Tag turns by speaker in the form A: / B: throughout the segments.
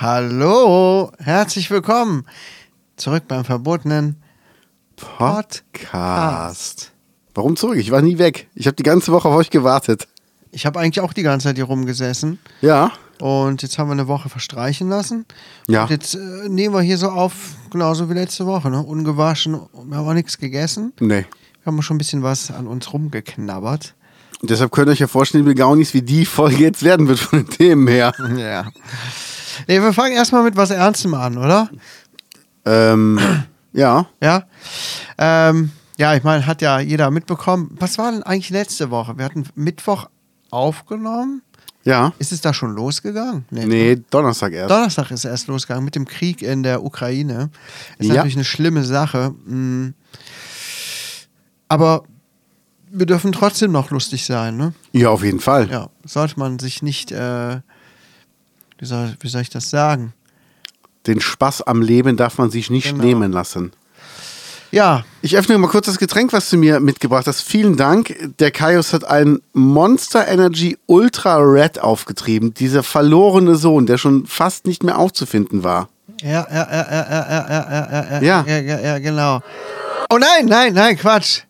A: Hallo, herzlich willkommen zurück beim verbotenen Podcast.
B: Warum zurück? Ich war nie weg. Ich habe die ganze Woche auf euch gewartet.
A: Ich habe eigentlich auch die ganze Zeit hier rumgesessen
B: Ja.
A: und jetzt haben wir eine Woche verstreichen lassen.
B: Ja.
A: Und jetzt äh, nehmen wir hier so auf, genauso wie letzte Woche, ne? ungewaschen. Wir haben auch nichts gegessen.
B: Nee.
A: Wir haben schon ein bisschen was an uns rumgeknabbert.
B: Und deshalb könnt ihr euch ja vorstellen, liebe Gaunis, wie die Folge jetzt werden wird von den Themen her.
A: Ja. Nee, wir fangen erstmal mit was Ernstem an, oder?
B: ähm, ja.
A: Ja. Ähm, ja, ich meine, hat ja jeder mitbekommen. Was war denn eigentlich letzte Woche? Wir hatten Mittwoch aufgenommen.
B: Ja.
A: Ist es da schon losgegangen?
B: Nee, Donnerstag erst.
A: Donnerstag ist erst losgegangen mit dem Krieg in der Ukraine. Ist
B: Ja.
A: natürlich eine schlimme Sache. mm. Aber wir dürfen trotzdem noch lustig sein, ne?
B: ja, auf jeden Fall.
A: Ja, sollte man sich nicht, äh, wie, soll, wie soll ich das sagen?
B: Den Spaß am Leben darf man sich nicht
A: Genau.
B: nehmen lassen.
A: Ja,
B: Ich öffne mal kurz das Getränk, was du mir mitgebracht hast. Vielen Dank. Der Kaius hat ein Monster Energy Ultra Red aufgetrieben. Dieser verlorene Sohn, der schon fast nicht mehr aufzufinden war.
A: Ja, ja, ja, ja, ja, ja, ja, ja, ja,
B: Ja.
A: ja, ja, ja, genau. Oh nein, nein, nein, Quatsch.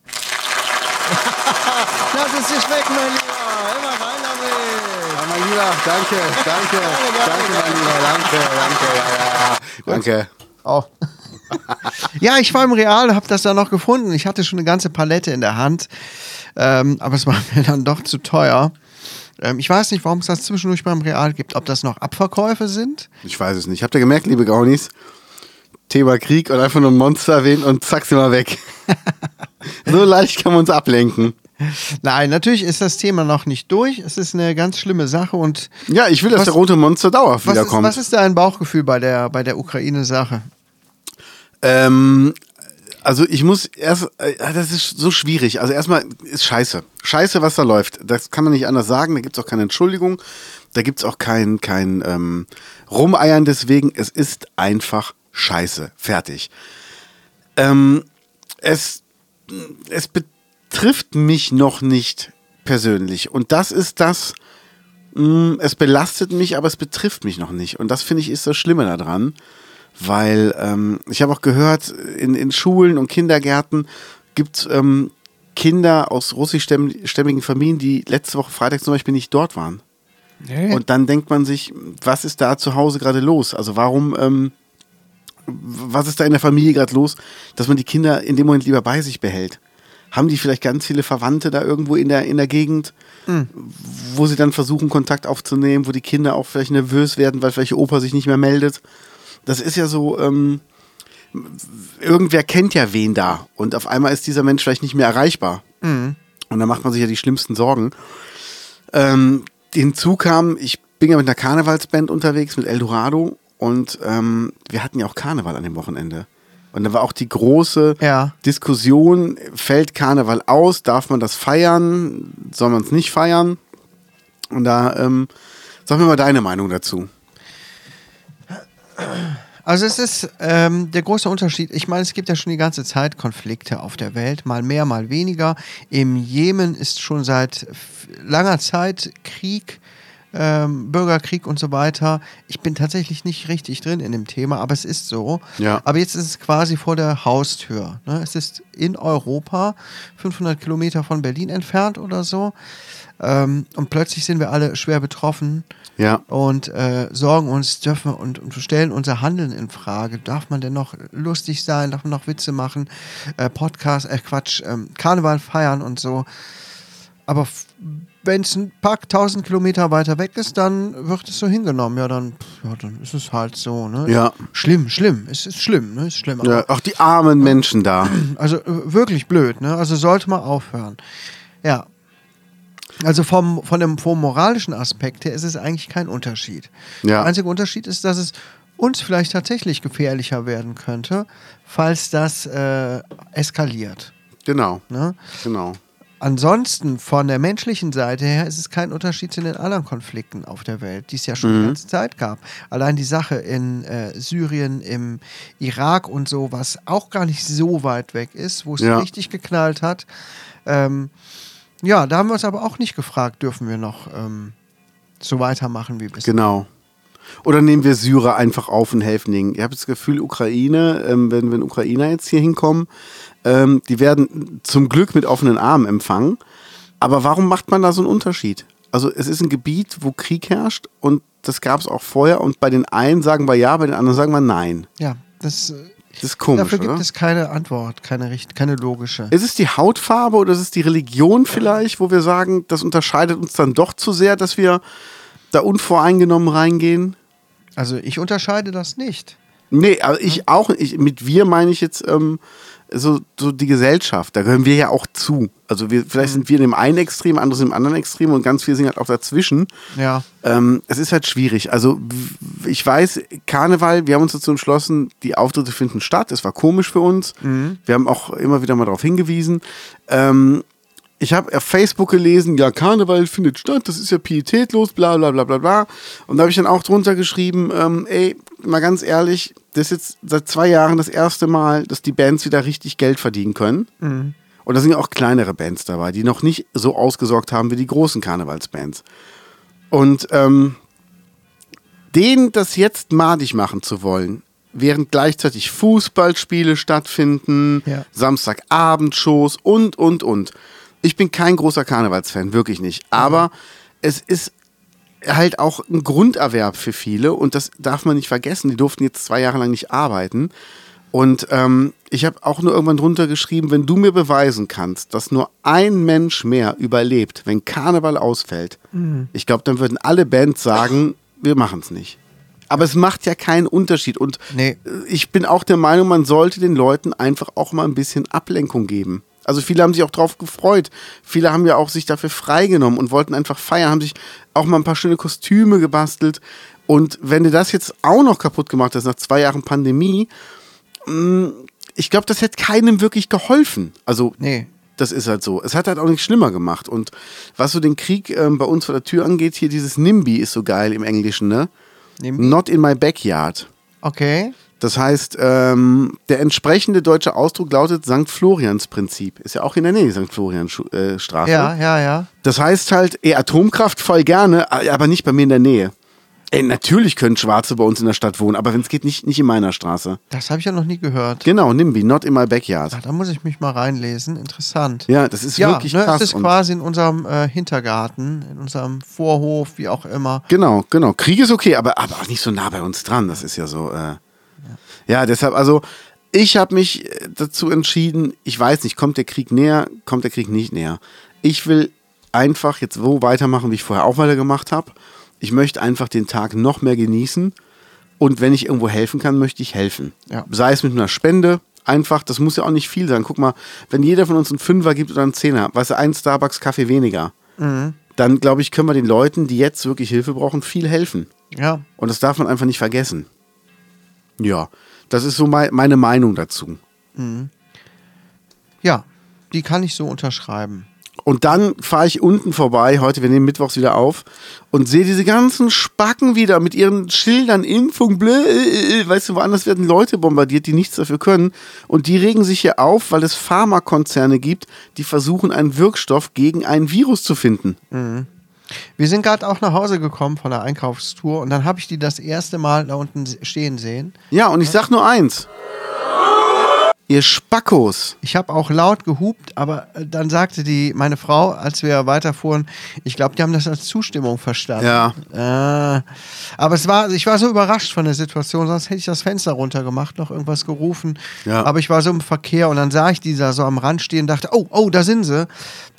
A: Lass es dir schmecken, mein Lieber. Immer rein damit.
B: Ja, mein Lieber, danke, danke, danke, mein Lieber, danke, danke, ja, ja, ja. Danke.
A: Oh. ja, ich war im Real und habe das dann noch gefunden. Ich hatte schon eine ganze Palette in der Hand, ähm, aber es war mir dann doch zu teuer. Ähm, ich weiß nicht, warum es das zwischendurch beim Real gibt. Ob das noch Abverkäufe sind?
B: Ich weiß es nicht. Habt ihr gemerkt, liebe Gaunis? Thema Krieg und einfach nur ein Monster erwähnen und zack, sind wir weg. so leicht kann man uns ablenken.
A: Nein, natürlich ist das Thema noch nicht durch. Es ist eine ganz schlimme Sache und
B: Ja, ich will, dass
A: Was-
B: der rote Monster dauerhaft
A: was ist,
B: wiederkommt.
A: was ist dein Bauchgefühl bei der, bei der Ukraine-Sache?
B: Ähm, also ich muss erst, äh, das ist so schwierig. Also erstmal ist scheiße. Scheiße, was da läuft. Das kann man nicht anders sagen. Da gibt's auch keine Entschuldigung. Da gibt's auch kein, kein ähm, Rumeiern deswegen. Es ist einfach scheiße. Fertig. Ähm, es, es betrifft mich noch nicht persönlich. Und das ist das, mh, es belastet mich, aber es betrifft mich noch nicht. Und das finde ich ist das Schlimme daran weil ähm, ich habe auch gehört, in, in Schulen und Kindergärten gibt es ähm, Kinder aus russischstämmigen Familien, die letzte Woche Freitag zum Beispiel nicht dort waren. Und dann denkt man sich, was ist da zu Hause gerade los? Also warum, ähm, was ist da in der Familie gerade los, dass man die Kinder in dem Moment lieber bei sich behält? Haben die vielleicht ganz viele Verwandte da irgendwo in der, in der Gegend, wo sie dann versuchen, Kontakt aufzunehmen, wo die Kinder auch vielleicht nervös werden, weil vielleicht ihr Opa sich nicht mehr meldet? Das ist ja so, ähm, irgendwer kennt ja wen da und auf einmal ist dieser Mensch vielleicht nicht mehr erreichbar. Und da macht man sich ja die schlimmsten Sorgen. Ähm, hinzu kam, ich bin ja mit einer Karnevalsband unterwegs, mit Eldorado. Und ähm, wir hatten ja auch Karneval an dem Wochenende. Und da war auch die große
A: Ja.
B: Diskussion, fällt Karneval aus? Darf man das feiern? Soll man es nicht feiern? Und da, ähm, sag mir mal deine Meinung dazu.
A: Also es ist ähm, der große Unterschied. Ich meine, es gibt ja schon die ganze Zeit Konflikte auf der Welt, mal mehr, mal weniger. Im Jemen ist schon seit f- langer Zeit Krieg, ähm, Bürgerkrieg und so weiter. Ich bin tatsächlich nicht richtig drin in dem Thema, aber es ist so.
B: Ja.
A: Aber jetzt ist es quasi vor der Haustür. Ne? Es ist in Europa, 500 Kilometer von Berlin entfernt oder so. Ähm, und plötzlich sind wir alle schwer betroffen
B: Ja.
A: und äh, sorgen uns, dürfen wir und, und stellen unser Handeln in Frage. Darf man denn noch lustig sein? Darf man noch Witze machen? Äh, Podcast, äh, Quatsch, ähm, Karneval feiern und so. Aber f- wenn es ein paar tausend Kilometer weiter weg ist, dann wird es so hingenommen. Ja, dann, pff, ja, dann ist es halt so. Ne?
B: Ja.
A: Schlimm, schlimm. Es ist schlimm. Ne? Es ist schlimm.
B: Ja, auch die armen Menschen da.
A: Also äh, wirklich blöd, ne? Also sollte man aufhören. Ja. Also vom, von dem, vom moralischen Aspekt her ist es eigentlich kein Unterschied.
B: Ja.
A: Der einzige Unterschied ist, dass es uns vielleicht tatsächlich gefährlicher werden könnte, falls das äh, eskaliert.
B: Genau.
A: Ne?
B: Genau.
A: Ansonsten, von der menschlichen Seite her, ist es kein Unterschied zu den anderen Konflikten auf der Welt, die es ja schon
B: Mhm.
A: die ganze Zeit gab. Allein die Sache in äh, Syrien, im Irak und so, was auch gar nicht so weit weg ist, wo es
B: Ja.
A: richtig geknallt hat. Ähm, ja, da haben wir uns aber auch nicht gefragt, dürfen wir noch ähm, so weitermachen wie bisher.
B: Genau. Oder nehmen wir Syrer einfach auf und helfen denen. Ich habe das Gefühl, Ukraine, ähm, wenn, wenn Ukrainer jetzt hier hinkommen, ähm, die werden zum Glück mit offenen Armen empfangen. Aber warum macht man da so einen Unterschied? Also es ist ein Gebiet, wo Krieg herrscht und das gab es auch vorher und bei den einen sagen wir ja, bei den anderen sagen wir nein.
A: Ja, das, äh,
B: Das ist komisch,
A: dafür gibt
B: oder?
A: es keine Antwort, keine, richt- keine logische.
B: Ist es die Hautfarbe oder ist es die Religion vielleicht, wo wir sagen, das unterscheidet uns dann doch zu sehr, dass wir da unvoreingenommen reingehen?
A: Also ich unterscheide das nicht.
B: Nee, aber ich auch, ich, mit wir meine ich jetzt ähm, so, so die Gesellschaft, da gehören wir ja auch zu. Also wir, vielleicht sind wir in dem einen Extrem, andere sind im anderen Extrem und ganz viele sind halt auch dazwischen.
A: Ja.
B: Ähm, es ist halt schwierig. Also w- ich weiß, Karneval, wir haben uns dazu entschlossen, die Auftritte finden statt. Es war komisch für uns. Wir haben auch immer wieder mal darauf hingewiesen. Ähm, ich habe auf Facebook gelesen, ja, Karneval findet statt, das ist ja pietätlos, bla bla bla bla bla. Und da habe ich dann auch drunter geschrieben, ähm, ey, mal ganz ehrlich, das ist jetzt seit zwei Jahren das erste Mal, dass die Bands wieder richtig Geld verdienen können. Und da sind ja auch kleinere Bands dabei, die noch nicht so ausgesorgt haben wie die großen Karnevalsbands. Und ähm, denen das jetzt madig machen zu wollen, während gleichzeitig Fußballspiele stattfinden,
A: Ja.
B: Samstagabendshows und, und, und. Ich bin kein großer Karnevalsfan, wirklich nicht. Aber es ist halt auch ein Grunderwerb für viele und das darf man nicht vergessen. Die durften jetzt zwei Jahre lang nicht arbeiten. Und ähm, ich habe auch nur irgendwann drunter geschrieben, wenn du mir beweisen kannst, dass nur ein Mensch mehr überlebt, wenn Karneval ausfällt, ich glaube, dann würden alle Bands sagen, wir machen es nicht. Aber es macht ja keinen Unterschied. Und äh,
A: Nee.
B: ich bin auch der Meinung, man sollte den Leuten einfach auch mal ein bisschen Ablenkung geben. Also viele haben sich auch drauf gefreut. Viele haben ja auch sich dafür freigenommen und wollten einfach feiern, haben sich auch mal ein paar schöne Kostüme gebastelt. Und wenn du das jetzt auch noch kaputt gemacht hast nach zwei Jahren Pandemie, mh, ich glaube, das hätte keinem wirklich geholfen. Also
A: Nee.
B: das ist halt so. Es hat halt auch nichts schlimmer gemacht. Und was so den Krieg ähm, bei uns vor der Tür angeht, hier dieses NIMBY ist so geil im Englischen, ne?
A: NIMBY?
B: Not in my backyard.
A: Okay.
B: Das heißt, ähm, der entsprechende deutsche Ausdruck lautet St. Florians Prinzip. Ist ja auch in der Nähe St. Florians Schu- äh, Straße.
A: Ja, ja, ja.
B: Das heißt halt, ey, Atomkraft voll gerne, a- aber nicht bei mir in der Nähe. Ey, natürlich können Schwarze bei uns in der Stadt wohnen, aber wenn es geht, nicht, nicht in meiner Straße.
A: Das habe ich ja noch nie gehört.
B: Genau, NIMBY, not in my backyard.
A: Ah, da muss ich mich mal reinlesen. Interessant.
B: Ja, das ist wirklich
A: ne,
B: krass.
A: Es ist
B: und-
A: quasi in unserem äh, Hintergarten, in unserem Vorhof, wie auch immer.
B: Genau, genau. Krieg ist okay, aber, aber auch nicht so nah bei uns dran. Das ist ja so. Äh, ja. deshalb, also ich habe mich äh, dazu entschieden, ich weiß nicht, kommt der Krieg näher, kommt der Krieg nicht näher. Ich will einfach jetzt so weitermachen, wie ich vorher auch weitergemacht habe. Ich möchte einfach den Tag noch mehr genießen. Und wenn ich irgendwo helfen kann, möchte ich helfen.
A: Ja.
B: Sei es mit einer Spende, einfach, das muss ja auch nicht viel sein. Guck mal, wenn jeder von uns einen Fünfer gibt oder einen Zehner, weißt du, ein Starbucks-Kaffee weniger, dann glaube ich, können wir den Leuten, die jetzt wirklich Hilfe brauchen, viel helfen.
A: Ja,
B: Und das darf man einfach nicht vergessen. Ja, das ist so mei- meine Meinung dazu.
A: ja. Die kann ich so unterschreiben.
B: Und dann fahre ich unten vorbei, heute, wir nehmen Mittwochs wieder auf, und sehe diese ganzen Spacken wieder mit ihren Schildern, Impfung, blö, äh, äh, weißt du, woanders werden Leute bombardiert, die nichts dafür können. Und die regen sich hier auf, weil es Pharmakonzerne gibt, die versuchen, einen Wirkstoff gegen ein Virus zu finden.
A: Wir sind gerade auch nach Hause gekommen von der Einkaufstour und dann habe ich die das erste Mal da unten se- stehen sehen.
B: Ja, und ich sag nur eins. Ihr Spackos.
A: Ich habe auch laut gehupt, aber äh, dann sagte die, meine Frau, als wir weiterfuhren, ich glaube, die haben das als Zustimmung verstanden.
B: Ja.
A: Äh, aber es war, ich war so überrascht von der Situation, sonst hätte ich das Fenster runtergemacht, noch irgendwas gerufen.
B: Ja.
A: Aber ich war so im Verkehr und dann sah ich die da so am Rand stehen und dachte, oh, oh, da sind sie.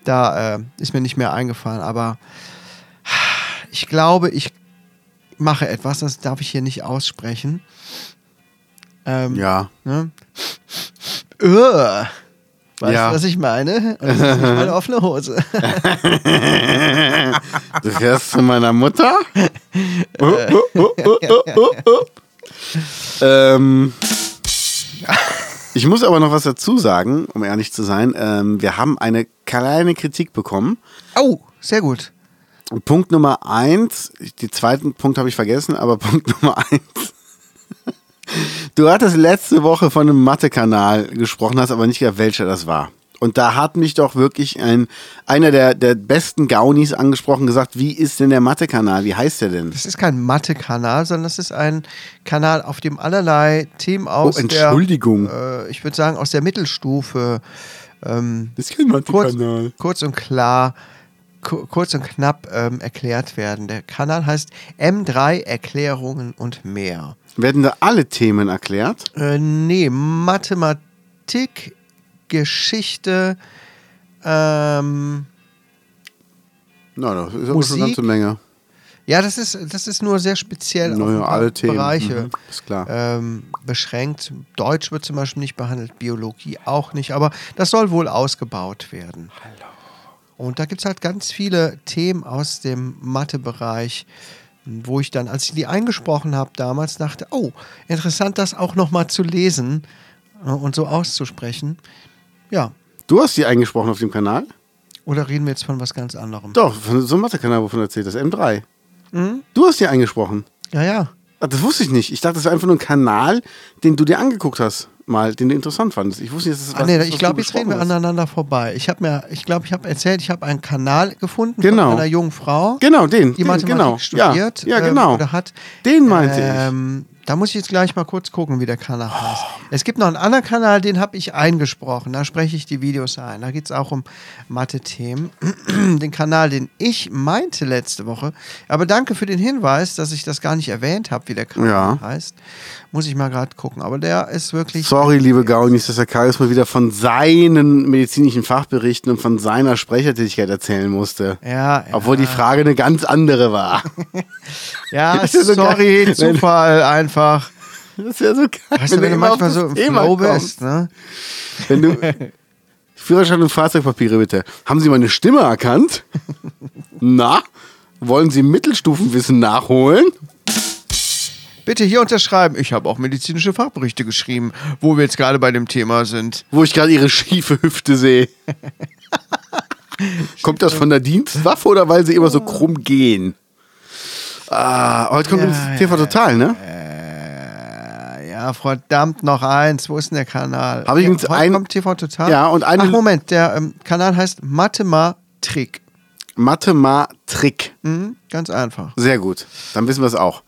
A: Da äh, ist mir nicht mehr eingefallen, aber ich glaube, ich mache etwas, das darf ich hier nicht aussprechen. Ähm,
B: Ja.
A: Ne? Ugh. Weißt
B: Ja.
A: du, was ich meine? Und Das ist nicht meine offene Hose.
B: Du fährst zu meiner Mutter? Oh, oh, oh, oh, oh, oh, oh. Ähm, ich muss aber noch was dazu sagen, um ehrlich zu sein. Ähm, wir haben eine kleine Kritik bekommen.
A: Oh, sehr gut.
B: Punkt Nummer eins, ich- den zweiten Punkt habe ich vergessen, aber Punkt Nummer eins. Du hattest letzte Woche von einem Mathe-Kanal gesprochen, hast aber nicht gesagt, welcher das war. Und da hat mich doch wirklich ein, einer der, der besten Gaunis angesprochen, gesagt, wie ist denn der Mathe-Kanal? Wie heißt der denn?
A: Das ist kein Mathe-Kanal, sondern das ist ein Kanal, auf dem allerlei Themen aus
B: Entschuldigung.
A: der, äh, ich würde sagen, aus der Mittelstufe ähm,
B: Das ist kein
A: kurz, kurz und klar, ku- kurz und knapp ähm, erklärt werden. Der Kanal heißt M3 Erklärungen und mehr.
B: Werden da alle Themen erklärt?
A: Äh, nee, Mathematik, Geschichte, ähm,
B: Na, das ist aber schon
A: Musik?
B: eine ganze Menge.
A: ja, das ist, das ist nur sehr speziell auf ein
B: Naja,
A: paar
B: alle Themen.
A: Bereiche
B: Mhm, ist klar.
A: ähm, beschränkt. Deutsch wird zum Beispiel nicht behandelt, Biologie auch nicht, aber das soll wohl ausgebaut werden. Und da gibt es halt ganz viele Themen aus dem Mathebereich, wo ich dann, als ich die eingesprochen habe damals, dachte, oh, interessant, das auch nochmal zu lesen äh, und so auszusprechen. Ja,
B: Du hast die eingesprochen auf dem Kanal?
A: Oder reden wir jetzt von was ganz anderem?
B: Doch, von so einem Mathe-Kanal, wovon du erzählt hast, M3. Du hast die eingesprochen.
A: Ja, ja.
B: Ah, Das wusste ich nicht. Ich dachte, das wäre einfach nur ein Kanal, den du dir angeguckt hast, mal, den du interessant fandest. Ich wusste nicht, dass das
A: Ah, nee,
B: was- was
A: ich
B: du
A: glaube, jetzt
B: besprochen
A: reden wir
B: hast.
A: aneinander vorbei. Ich habe mir, ich glaube, ich habe erzählt, ich habe einen Kanal gefunden
B: Genau.
A: von einer jungen Frau,
B: Genau, den.
A: die
B: den,
A: Mathematik
B: genau.
A: studiert
B: Ja, ja
A: ähm,
B: genau.
A: oder hat.
B: Den meinte
A: ähm, Da muss ich jetzt gleich mal kurz gucken, wie der Kanal heißt. Es gibt noch einen anderen Kanal, den habe ich eingesprochen. Da spreche ich die Videos ein. Da geht es auch um Mathe-Themen. den Kanal, den ich meinte letzte Woche. Aber danke für den Hinweis, dass ich das gar nicht erwähnt habe, wie der Kanal
B: Ja.
A: heißt. Muss ich mal gerade gucken. Aber der ist
B: ich.
A: wirklich
B: Sorry, liebe Gaunis, dass der Karius mal wieder von seinen medizinischen Fachberichten und von seiner Sprechertätigkeit erzählen musste.
A: Ja, ja.
B: Obwohl die Frage eine ganz andere war.
A: Ja,
B: Ist ja so
A: sorry,
B: geil.
A: Zufall einfach.
B: Das ist ja so geil.
A: Weißt du, wenn
B: er
A: du
B: immer auf
A: manchmal
B: das
A: so im
B: Thema
A: Flow
B: kommt.
A: bist, ne?
B: Wenn du Führerschein und Fahrzeugpapiere bitte. Haben Sie meine Stimme erkannt? Na? Wollen Sie Mittelstufenwissen nachholen?
A: Bitte hier unterschreiben. Ich habe auch medizinische Fachberichte geschrieben, wo wir jetzt gerade bei dem Thema sind.
B: Wo ich gerade Ihre schiefe Hüfte sehe. Kommt das von der Dienstwaffe oder weil Sie immer so krumm gehen? Ah, heute kommt uns TV Total, ne?
A: Äh, ja, verdammt, noch eins. Wo ist denn der Kanal?
B: Hab ich
A: ja,
B: uns
A: heute
B: ein-
A: kommt TV Total?
B: Ja, und eine-
A: Ach, Moment, der ähm, Kanal heißt Mathematik.
B: Mathematik.
A: Mhm, ganz einfach.
B: Sehr gut. Dann wissen wir es auch.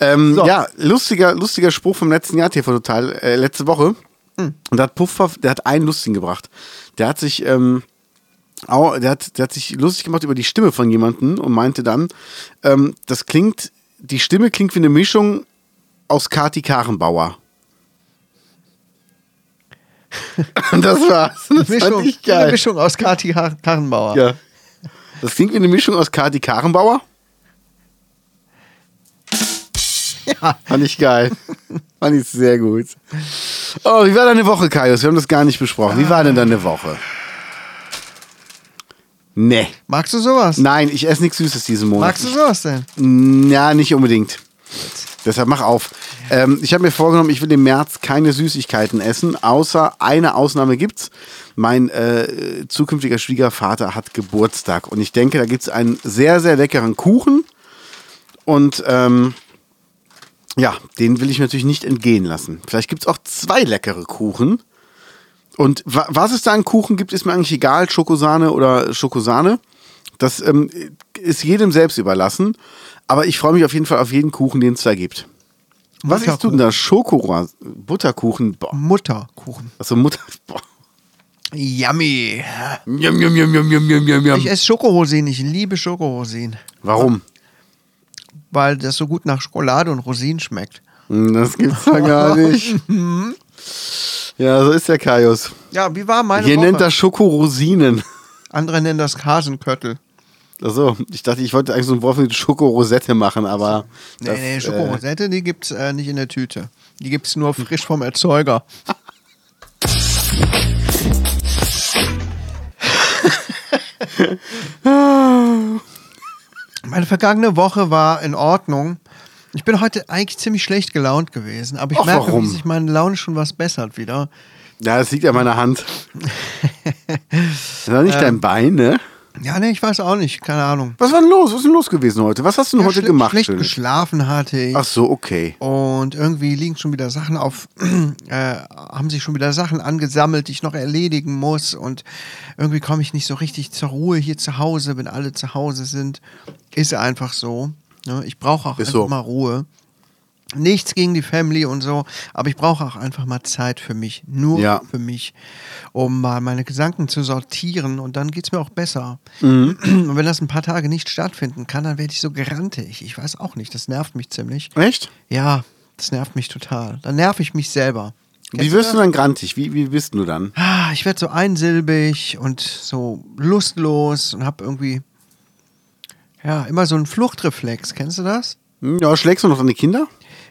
B: Ähm,
A: So.
B: Ja, lustiger, lustiger Spruch vom letzten Jahr TV Total, äh, letzte Woche.
A: Hm.
B: Und da hat Puffpuff, der hat einen lustigen gebracht. Der hat sich, ähm, au, der, hat, der hat sich lustig gemacht über die Stimme von jemandem und meinte dann, ähm, das klingt, die Stimme klingt wie eine Mischung aus Kati Karenbauer. und das war's. Das fand ich
A: eine
B: geil.
A: Mischung aus Kati Har- Karrenbauer.
B: Ja. Das klingt wie eine Mischung aus Kati Karenbauer.
A: Ja.
B: Fand ich geil. Fand ich sehr gut. Oh, wie war deine Woche, Kaius? Wir haben das gar nicht besprochen. Wie war denn deine Woche? Nee.
A: Magst du sowas?
B: Nein, ich esse nichts Süßes diesen Monat.
A: Magst du sowas denn?
B: Mm, Ja, nicht unbedingt. Deshalb mach auf. Ähm, ich habe mir vorgenommen, ich will im März keine Süßigkeiten essen, außer eine Ausnahme gibt's. Mein äh, zukünftiger Schwiegervater hat Geburtstag und ich denke, da gibt's einen sehr, sehr leckeren Kuchen und ähm, ja, den will ich natürlich nicht entgehen lassen. Vielleicht gibt's auch zwei leckere Kuchen. Und wa was es da an Kuchen gibt, ist mir eigentlich egal, Schokosahne oder Schokosahne. Das ähm, ist jedem selbst überlassen. Aber ich freue mich auf jeden Fall auf jeden Kuchen, den es da gibt. Was isst du denn da? Schokora Butterkuchen? Boah.
A: Mutterkuchen.
B: Also Mutter. Boah.
A: Yummy.
B: Yum, yum, yum, yum, yum, yum, yum,
A: Ich
B: yum.
A: esse Schokorosinen. Ich liebe Schokorosinen,
B: Warum?
A: weil das so gut nach Schokolade und Rosinen schmeckt.
B: Hm, Das gibt's ja gar nicht. Ja, so ist der Kaius.
A: Ja, wie war meine
B: Hier
A: Woche?
B: nennt das Schokorosinen.
A: Andere nennen das Hasenköttel.
B: Achso, ich dachte, ich wollte eigentlich so ein Wort mit Schokorosette machen, aber.
A: Nee,
B: das, äh,
A: nee, Schokorosette, die gibt's äh, nicht in der Tüte. Die gibt's nur frisch vom Erzeuger. Meine vergangene Woche war in Ordnung. Ich bin heute eigentlich ziemlich schlecht gelaunt gewesen, aber ich
B: Ach,
A: merke,
B: warum?
A: wie sich meine Laune schon was bessert wieder.
B: Äh, ja, das liegt an meiner Hand. Das war
A: Ähm.
B: nicht dein Bein, ne?
A: Ja, nee, ich weiß auch nicht, keine Ahnung.
B: Was war denn los? Was ist denn los gewesen heute? Was hast du denn
A: Ja,
B: heute
A: schle-
B: gemacht?
A: Schlecht
B: Schönes?
A: geschlafen hatte ich.
B: Ach so, okay.
A: Und irgendwie liegen schon wieder Sachen auf, äh, haben sich schon wieder Sachen angesammelt, die ich noch erledigen muss. Und irgendwie komme ich nicht so richtig zur Ruhe hier zu Hause, wenn alle zu Hause sind. Ist einfach so. Ne? Ich brauche auch
B: Ist
A: einfach
B: so.
A: mal Ruhe. Nichts gegen die Family und so, aber ich brauche auch einfach mal Zeit für mich. Nur
B: Ja.
A: für mich, um mal meine Gedanken zu sortieren und dann geht es mir auch besser.
B: Mhm.
A: Und wenn das ein paar Tage nicht stattfinden kann, dann werde ich so grantig. Ich weiß auch nicht, das nervt mich ziemlich.
B: Echt?
A: Ja, das nervt mich total. Dann nerv ich mich selber.
B: Wie wirst du dann grantig? Wie, wie bist du dann?
A: Ah, Ich werde so einsilbig und so lustlos und habe irgendwie ja immer so einen Fluchtreflex. Kennst du das?
B: Hm, Ja, schlägst du noch deine Kinder?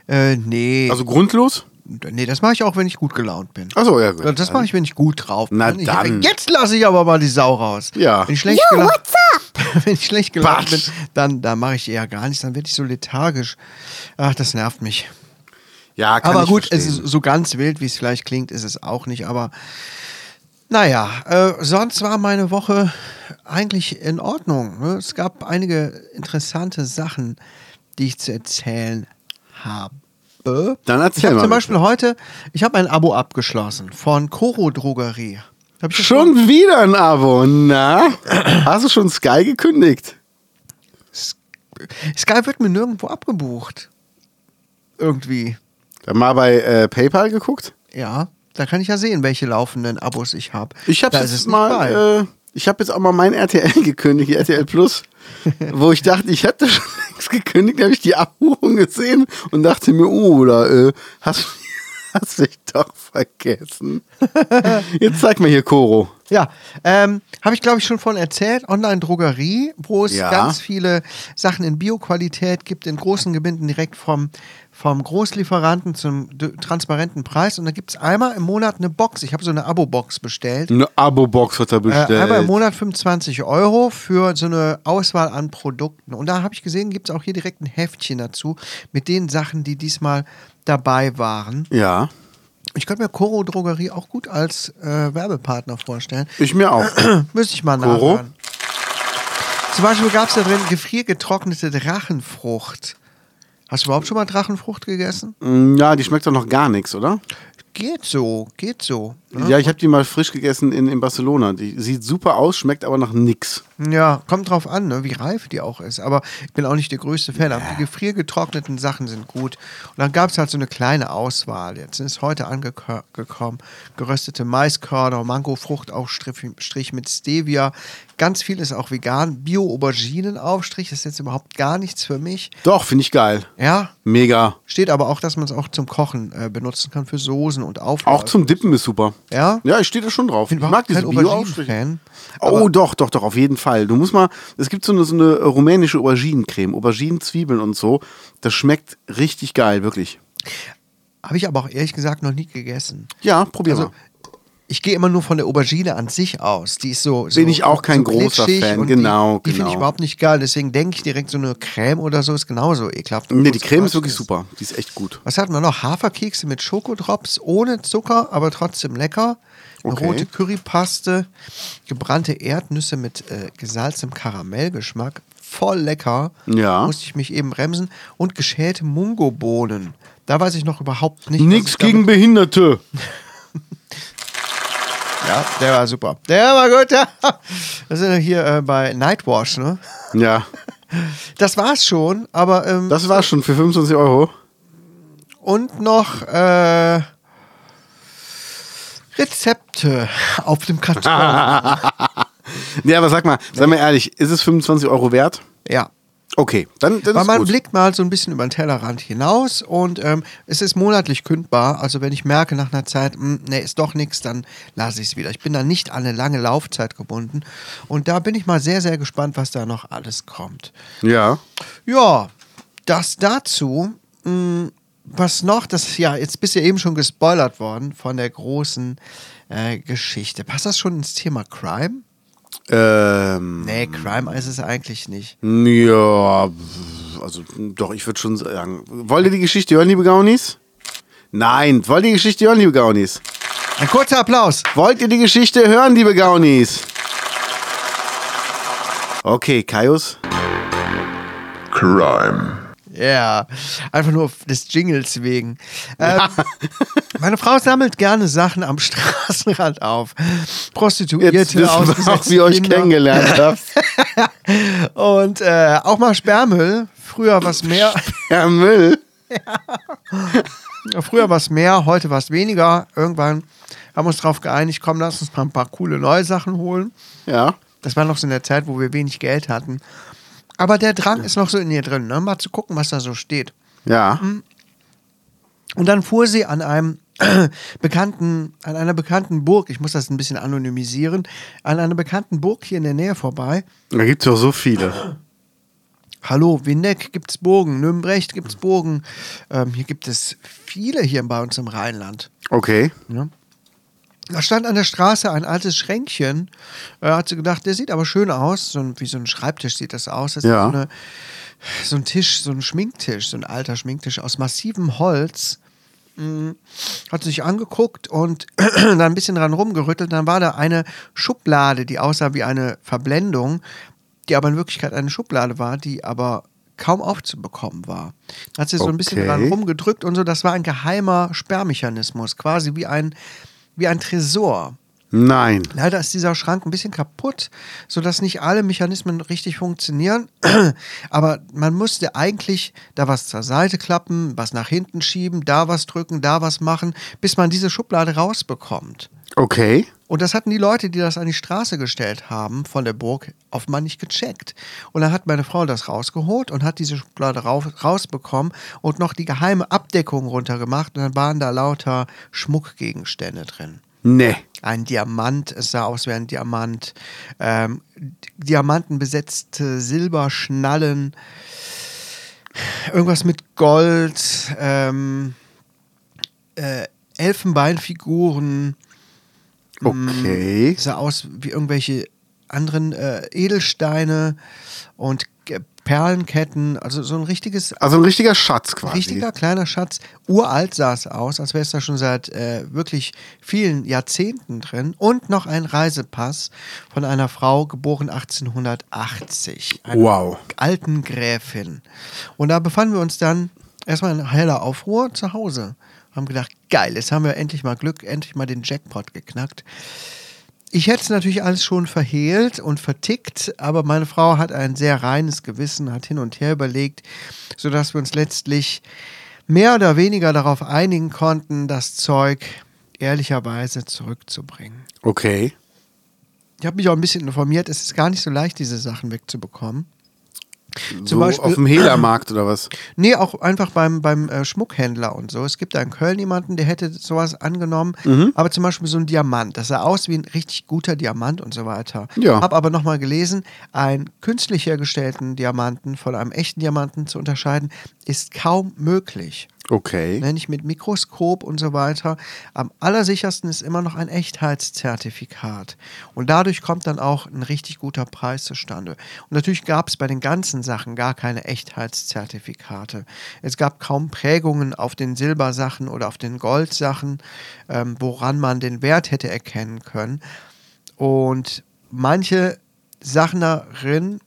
A: Äh, nee.
B: Also grundlos?
A: nee, das mache ich auch, wenn ich gut gelaunt bin.
B: Achso, ja, gut.
A: Ja, Das mache ich, wenn ich gut drauf bin.
B: Na
A: ich,
B: dann.
A: Jetzt lasse ich aber mal die Sau raus.
B: Ja.
A: Wenn ich schlecht
C: Yo,
A: gelaunt-
C: what's
A: wenn ich schlecht gelaunt
B: Batsch.
A: bin, dann, dann mache ich eher gar nichts. Dann werde ich so lethargisch. Ach, das nervt mich.
B: ja, kann
A: aber
B: ich
A: gut,
B: verstehen.
A: es ist so ganz wild, wie es vielleicht klingt, ist es auch nicht. Aber naja, äh, sonst war meine Woche eigentlich in Ordnung. Ne? Es gab einige interessante Sachen, die ich zu erzählen habe. ich hab
B: Dann erzähl mal
A: Zum
B: bitte.
A: Beispiel heute, ich habe ein Abo abgeschlossen von Koro Drogerie. Hab ich das
B: Schon wieder ein Abo, na? Hast du schon Sky gekündigt?
A: Sky wird mir nirgendwo abgebucht. Irgendwie.
B: Mal bei äh, PayPal geguckt?
A: Ja, da kann ich ja sehen, welche laufenden Abos ich habe.
B: Ich habe
A: Da
B: jetzt
A: ist es nicht bei.
B: mal, äh, ich habe jetzt auch mal mein RTL gekündigt, RTL Plus, wo ich dachte, ich hätte schon längst gekündigt, habe ich die Abbuchung gesehen und dachte mir, oh, oder äh, hast, hast mich doch vergessen. Jetzt zeig mir hier Koro.
A: Ja, ähm, habe ich glaube ich schon von erzählt, Online-Drogerie, wo es
B: Ja.
A: ganz viele Sachen in Bioqualität gibt, in großen Gebinden direkt vom, vom Großlieferanten zum d- transparenten Preis. Und da gibt es einmal im Monat eine Box. Ich habe so eine Abo-Box bestellt.
B: Eine Abo-Box hat er Hm, bestellt.
A: Äh, einmal im Monat 25 Euro für so eine Auswahl an Produkten. Und da habe ich gesehen, gibt es auch hier direkt ein Heftchen dazu mit den Sachen, die diesmal dabei waren.
B: ja,
A: Ich könnte mir Koro Drogerie auch gut als äh, Werbepartner vorstellen.
B: ich mir auch.
A: Müsste ich mal
B: Koro?
A: nachhören. Zum Beispiel gab es da drin gefriergetrocknete Drachenfrucht. Hast du überhaupt schon mal Drachenfrucht gegessen?
B: Mm, ja, die schmeckt doch noch gar nichts, oder?
A: Geht so, geht so.
B: Ja, ich habe die mal frisch gegessen in, in Barcelona. Die sieht super aus, schmeckt aber nach nix.
A: Ja, kommt drauf an, ne, wie reif die auch ist. Aber ich bin auch nicht der größte Fan. Aber die gefriergetrockneten Sachen sind gut. Und dann gab es halt so eine kleine Auswahl. Jetzt ist heute angekommen geröstete Maiskörner, Mangofruchtaufstrich Strich mit Stevia. Ganz viel ist auch vegan. Bio-Auberginenaufstrich ist jetzt überhaupt gar nichts für mich.
B: Doch, finde ich geil.
A: Ja,
B: Mega.
A: Steht aber auch, dass man es auch zum Kochen äh, benutzen kann für Soßen und Auflagen.
B: Auch zum Dippen ist super.
A: Ja?
B: Ja, ich stehe da schon drauf.
A: Bin
B: Ich
A: überhaupt
B: mag diese
A: kein
B: Bio-Aufstriche.
A: Auberginen-Fan,
B: Oh, doch, doch, doch, auf jeden Fall. Du musst mal, es gibt so eine, so eine rumänische Auberginencreme, Auberginen, Zwiebeln und so. Das schmeckt richtig geil, wirklich.
A: Habe ich aber auch ehrlich gesagt noch nie gegessen.
B: Ja, probier
A: Also,
B: mal.
A: ich gehe immer nur von der Aubergine an sich aus. Die ist so. so
B: Bin ich auch kein großer
A: glitschig
B: Fan,
A: und
B: genau,
A: Die, die finde
B: genau.
A: ich überhaupt nicht geil. Deswegen denke ich direkt, so eine Creme oder so ist genauso ekelhaft.
B: Nee,
A: obwohl
B: die
A: es
B: Creme ist
A: Quatsch
B: wirklich super. Die ist echt gut.
A: Was hatten wir noch? Haferkekse mit Schokodrops ohne Zucker, aber trotzdem lecker. Eine
B: Okay.
A: rote Currypaste, gebrannte Erdnüsse mit äh, gesalzenem Karamellgeschmack. Voll lecker.
B: Ja.
A: Musste ich mich eben bremsen. Und geschälte Mungobohnen. Da weiß ich noch überhaupt nicht. was
B: Nix
A: ich
B: gegen Behinderte.
A: Damit, ja, der war super. Der war gut, ja. Das sind wir hier äh, bei Nightwash, ne?
B: Ja,
A: Das war's schon, aber ähm,
B: das war schon für 25 Euro.
A: und noch äh, Rezepte auf dem Karton.
B: Ja, aber sag mal, sei mal ehrlich, ist es 25 Euro wert?
A: ja.
B: Okay, dann, dann
A: Weil
B: ist
A: man
B: gut.
A: blickt mal so ein bisschen über den Tellerrand hinaus und ähm, es ist monatlich kündbar. Also wenn ich merke nach einer Zeit, mh, nee, ist doch nichts, dann lasse ich es wieder. Ich bin da nicht an eine lange Laufzeit gebunden. Und da bin ich mal sehr, sehr gespannt, was da noch alles kommt.
B: Ja.
A: Ja, das dazu. Mh, was noch? Das ja, jetzt bist du eben schon gespoilert worden von der großen äh, Geschichte. Passt das schon ins Thema Crime?
B: Ähm,
A: Nee, Crime ist es eigentlich nicht.
B: ja, also doch, ich würde schon sagen. Wollt ihr die Geschichte hören, liebe Gaunis? Nein, wollt ihr die Geschichte hören, liebe Gaunis?
A: Ein kurzer Applaus.
B: Wollt ihr die Geschichte hören, liebe Gaunis? Okay, Kaius.
D: Crime.
A: Ja, einfach nur des Jingles wegen. Ähm, meine Frau sammelt gerne Sachen am Straßenrand auf. Prostituierte,
B: Jetzt wissen wir auch,
A: ausgesetzte
B: wie ihr euch
A: Kinder.
B: kennengelernt habt.
A: Und äh, auch mal Sperrmüll. Früher was mehr,
B: Herr Müll.
A: früher was mehr, heute was weniger. Irgendwann haben wir uns darauf geeinigt, komm, lass uns mal ein paar coole neue Sachen holen.
B: Ja.
A: Das war noch so in der Zeit, wo wir wenig Geld hatten. Aber der Drang ist noch so in ihr drin, ne? mal zu gucken, was da so steht.
B: Ja.
A: Und dann fuhr sie an einem bekannten, an einer bekannten Burg, ich muss das ein bisschen anonymisieren, an einer bekannten Burg hier in der Nähe vorbei.
B: Da gibt es doch so viele.
A: Hallo, Windeck gibt's Burgen, Nümbrecht gibt's Burgen. Ähm, hier gibt es viele hier bei uns im Rheinland.
B: Okay.
A: Da stand an der Straße ein altes Schränkchen. Äh, hat sie gedacht, der sieht aber schön aus. So ein, wie so ein Schreibtisch sieht das aus. Das
B: Ja.
A: ist so, eine, so ein Tisch, so ein Schminktisch, so ein alter Schminktisch aus massivem Holz. Mm, Hat sich angeguckt und dann ein bisschen dran rumgerüttelt. Dann war da eine Schublade, die aussah wie eine Verblendung, die aber in Wirklichkeit eine Schublade war, die aber kaum aufzubekommen war. Hat sie so ein bisschen
B: Okay.
A: dran rumgerüttelt gedrückt und so. Das war ein geheimer Sperrmechanismus, quasi wie ein, wie ein Tresor.
B: Nein.
A: Leider ist dieser Schrank ein bisschen kaputt, sodass nicht alle Mechanismen richtig funktionieren. Aber man musste eigentlich da was zur Seite klappen, was nach hinten schieben, da was drücken, da was machen, bis man diese Schublade rausbekommt.
B: Okay.
A: Und das hatten die Leute, die das an die Straße gestellt haben, von der Burg auf Mann nicht gecheckt. Und dann hat meine Frau das rausgeholt und hat diese Schublade rauf, rausbekommen und noch die geheime Abdeckung runtergemacht. Und dann waren da lauter Schmuckgegenstände drin.
B: Nee.
A: Ein Diamant, es sah aus wie ein Diamant. Ähm, diamantenbesetzte Silberschnallen. Irgendwas mit Gold. Ähm, äh, Elfenbeinfiguren
B: Okay.
A: sah aus wie irgendwelche anderen äh, Edelsteine und Ge- Perlenketten, also so ein richtiges,
B: Also ein richtiger Schatz quasi.
A: richtiger kleiner Schatz. Uralt sah es aus, als wäre es da schon seit äh, wirklich vielen Jahrzehnten drin. Und noch ein Reisepass von einer Frau, geboren 1880. Einer
B: Wow.
A: alten Gräfin. Und da befanden wir uns dann erstmal in heller Aufruhr zu Hause. Haben gedacht, geil, jetzt haben wir endlich mal Glück, endlich mal den Jackpot geknackt. Ich hätte es natürlich alles schon verhehlt und vertickt, aber meine Frau hat ein sehr reines Gewissen, hat hin und her überlegt, sodass wir uns letztlich mehr oder weniger darauf einigen konnten, das Zeug ehrlicherweise zurückzubringen.
B: Okay.
A: Ich habe mich auch ein bisschen informiert, es ist gar nicht so leicht, diese Sachen wegzubekommen.
B: so
A: Beispiel-
B: auf dem Hehlermarkt oder was?
A: Nee, auch einfach beim, beim äh, Schmuckhändler und so. Es gibt da in Köln jemanden, der hätte sowas angenommen, aber zum Beispiel so ein Diamant. Das sah aus wie ein richtig guter Diamant und so weiter.
B: Ja.
A: Hab aber nochmal gelesen, einen künstlich hergestellten Diamanten von einem echten Diamanten zu unterscheiden, ist kaum möglich.
B: Okay.
A: Nenne ich Ne, mit Mikroskop und so weiter. Am allersichersten ist immer noch ein Echtheitszertifikat. Und dadurch kommt dann auch ein richtig guter Preis zustande. Und natürlich gab es bei den ganzen Sachen gar keine Echtheitszertifikate. Es gab kaum Prägungen auf den Silbersachen oder auf den Goldsachen, ähm, woran man den Wert hätte erkennen können. Und manche Sachen darin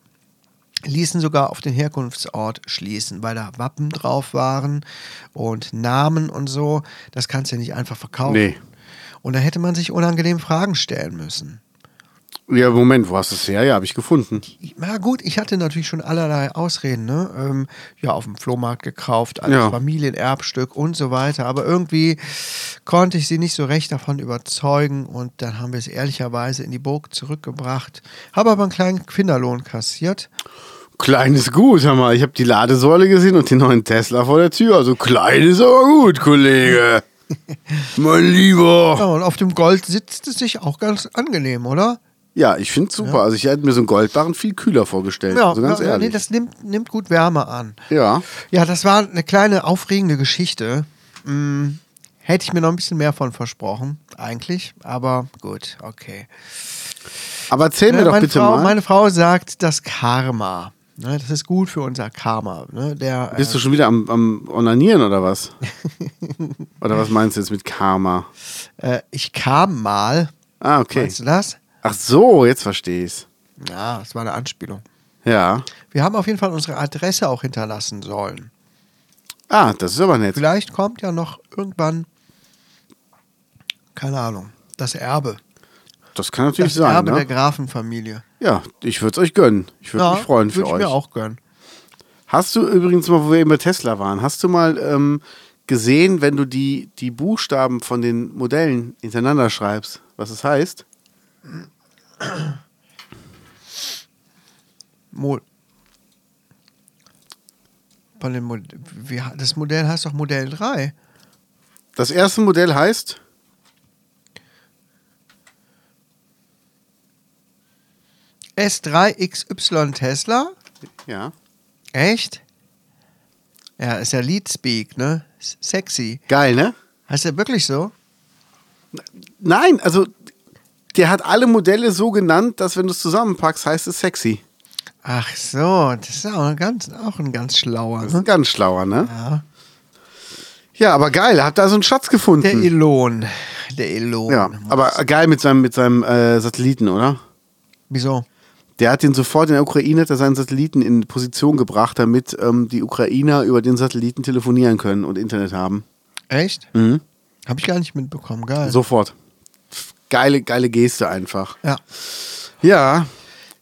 A: ließen sogar auf den Herkunftsort schließen, weil da Wappen drauf waren und Namen und so. Das kannst du ja nicht einfach verkaufen.
B: Nee.
A: Und da hätte man sich unangenehm Fragen stellen müssen.
B: Ja, Moment, wo hast du es her? Ja, habe ich gefunden.
A: Na gut, ich hatte natürlich schon allerlei Ausreden, ne? Ähm, ja, auf dem Flohmarkt gekauft, als
B: Ja.
A: Familienerbstück und so weiter. Aber irgendwie konnte ich sie nicht so recht davon überzeugen und dann haben wir es ehrlicherweise in die Burg zurückgebracht. Habe aber einen kleinen Kinderlohn kassiert.
B: Kleines Gut, hör mal. Ich habe die Ladesäule gesehen und den neuen Tesla vor der Tür. Also klein ist aber gut, Kollege. mein Lieber.
A: Ja, und auf dem Gold sitzt es sich auch ganz angenehm, oder?
B: Ja, ich finde super. Also ich hätte mir so einen Goldbarren viel kühler vorgestellt. Ja, also ganz
A: ja,
B: ehrlich.
A: Nee, das nimmt, nimmt gut Wärme an.
B: ja.
A: Ja, das war eine kleine aufregende Geschichte. Hm, hätte ich mir noch ein bisschen mehr von versprochen, eigentlich. Aber gut, okay.
B: Aber erzähl mir
A: Ne,
B: doch
A: meine,
B: bitte
A: Frau,
B: mal.
A: meine Frau sagt das Karma. Ne, das ist gut für unser Karma. Ne? Der, äh,
B: Bist du schon wieder am, am Onanieren oder was? oder was meinst du jetzt mit Karma?
A: äh, ich kam mal.
B: Ah, okay.
A: Meinst du das?
B: Ach so, jetzt verstehe ich's.
A: Ja, das war eine Anspielung.
B: Ja.
A: Wir haben auf jeden Fall unsere Adresse auch hinterlassen sollen.
B: Ah, das ist aber nett.
A: Vielleicht kommt ja noch irgendwann, keine Ahnung, das Erbe.
B: Das kann natürlich
A: Das
B: sein.
A: Erbe der
B: Ne?
A: Grafenfamilie.
B: Ja, ich würde es euch gönnen. Ich würde
A: Ja,
B: mich freuen für
A: würd ich
B: euch.
A: mir auch gönnen.
B: Hast du übrigens mal, wo wir eben bei Tesla waren, hast du mal ähm, gesehen, wenn du die, die Buchstaben von den Modellen hintereinander schreibst, was es heißt?
A: Mo von dem Mod Wie, ha- das Modell heißt doch Modell 3.
B: Das erste Modell heißt
A: S3XY Tesla?
B: ja,
A: Echt? Ja, ist ja Leadspeak, ne? S- Sexy.
B: geil, ne?
A: Heißt er wirklich so?
B: Nein, also der hat alle Modelle so genannt, dass wenn du es zusammenpackst, heißt es sexy.
A: Ach so, das ist auch ein ganz, auch ein ganz schlauer.
B: Das ist ein
A: Ne?
B: ganz schlauer, ne?
A: Ja.
B: Ja, aber geil, habt da so einen Schatz gefunden.
A: Der Elon. Der Elon.
B: Mhm. ja, aber geil mit seinem, mit seinem äh, Satelliten, oder?
A: Wieso?
B: Der hat den sofort in der Ukraine, hat er seinen Satelliten in Position gebracht, damit ähm, die Ukrainer über den Satelliten telefonieren können und Internet haben.
A: Echt?
B: Mhm.
A: Hab ich gar nicht mitbekommen. Geil.
B: Sofort. Geile, geile Geste einfach.
A: Ja.
B: Ja,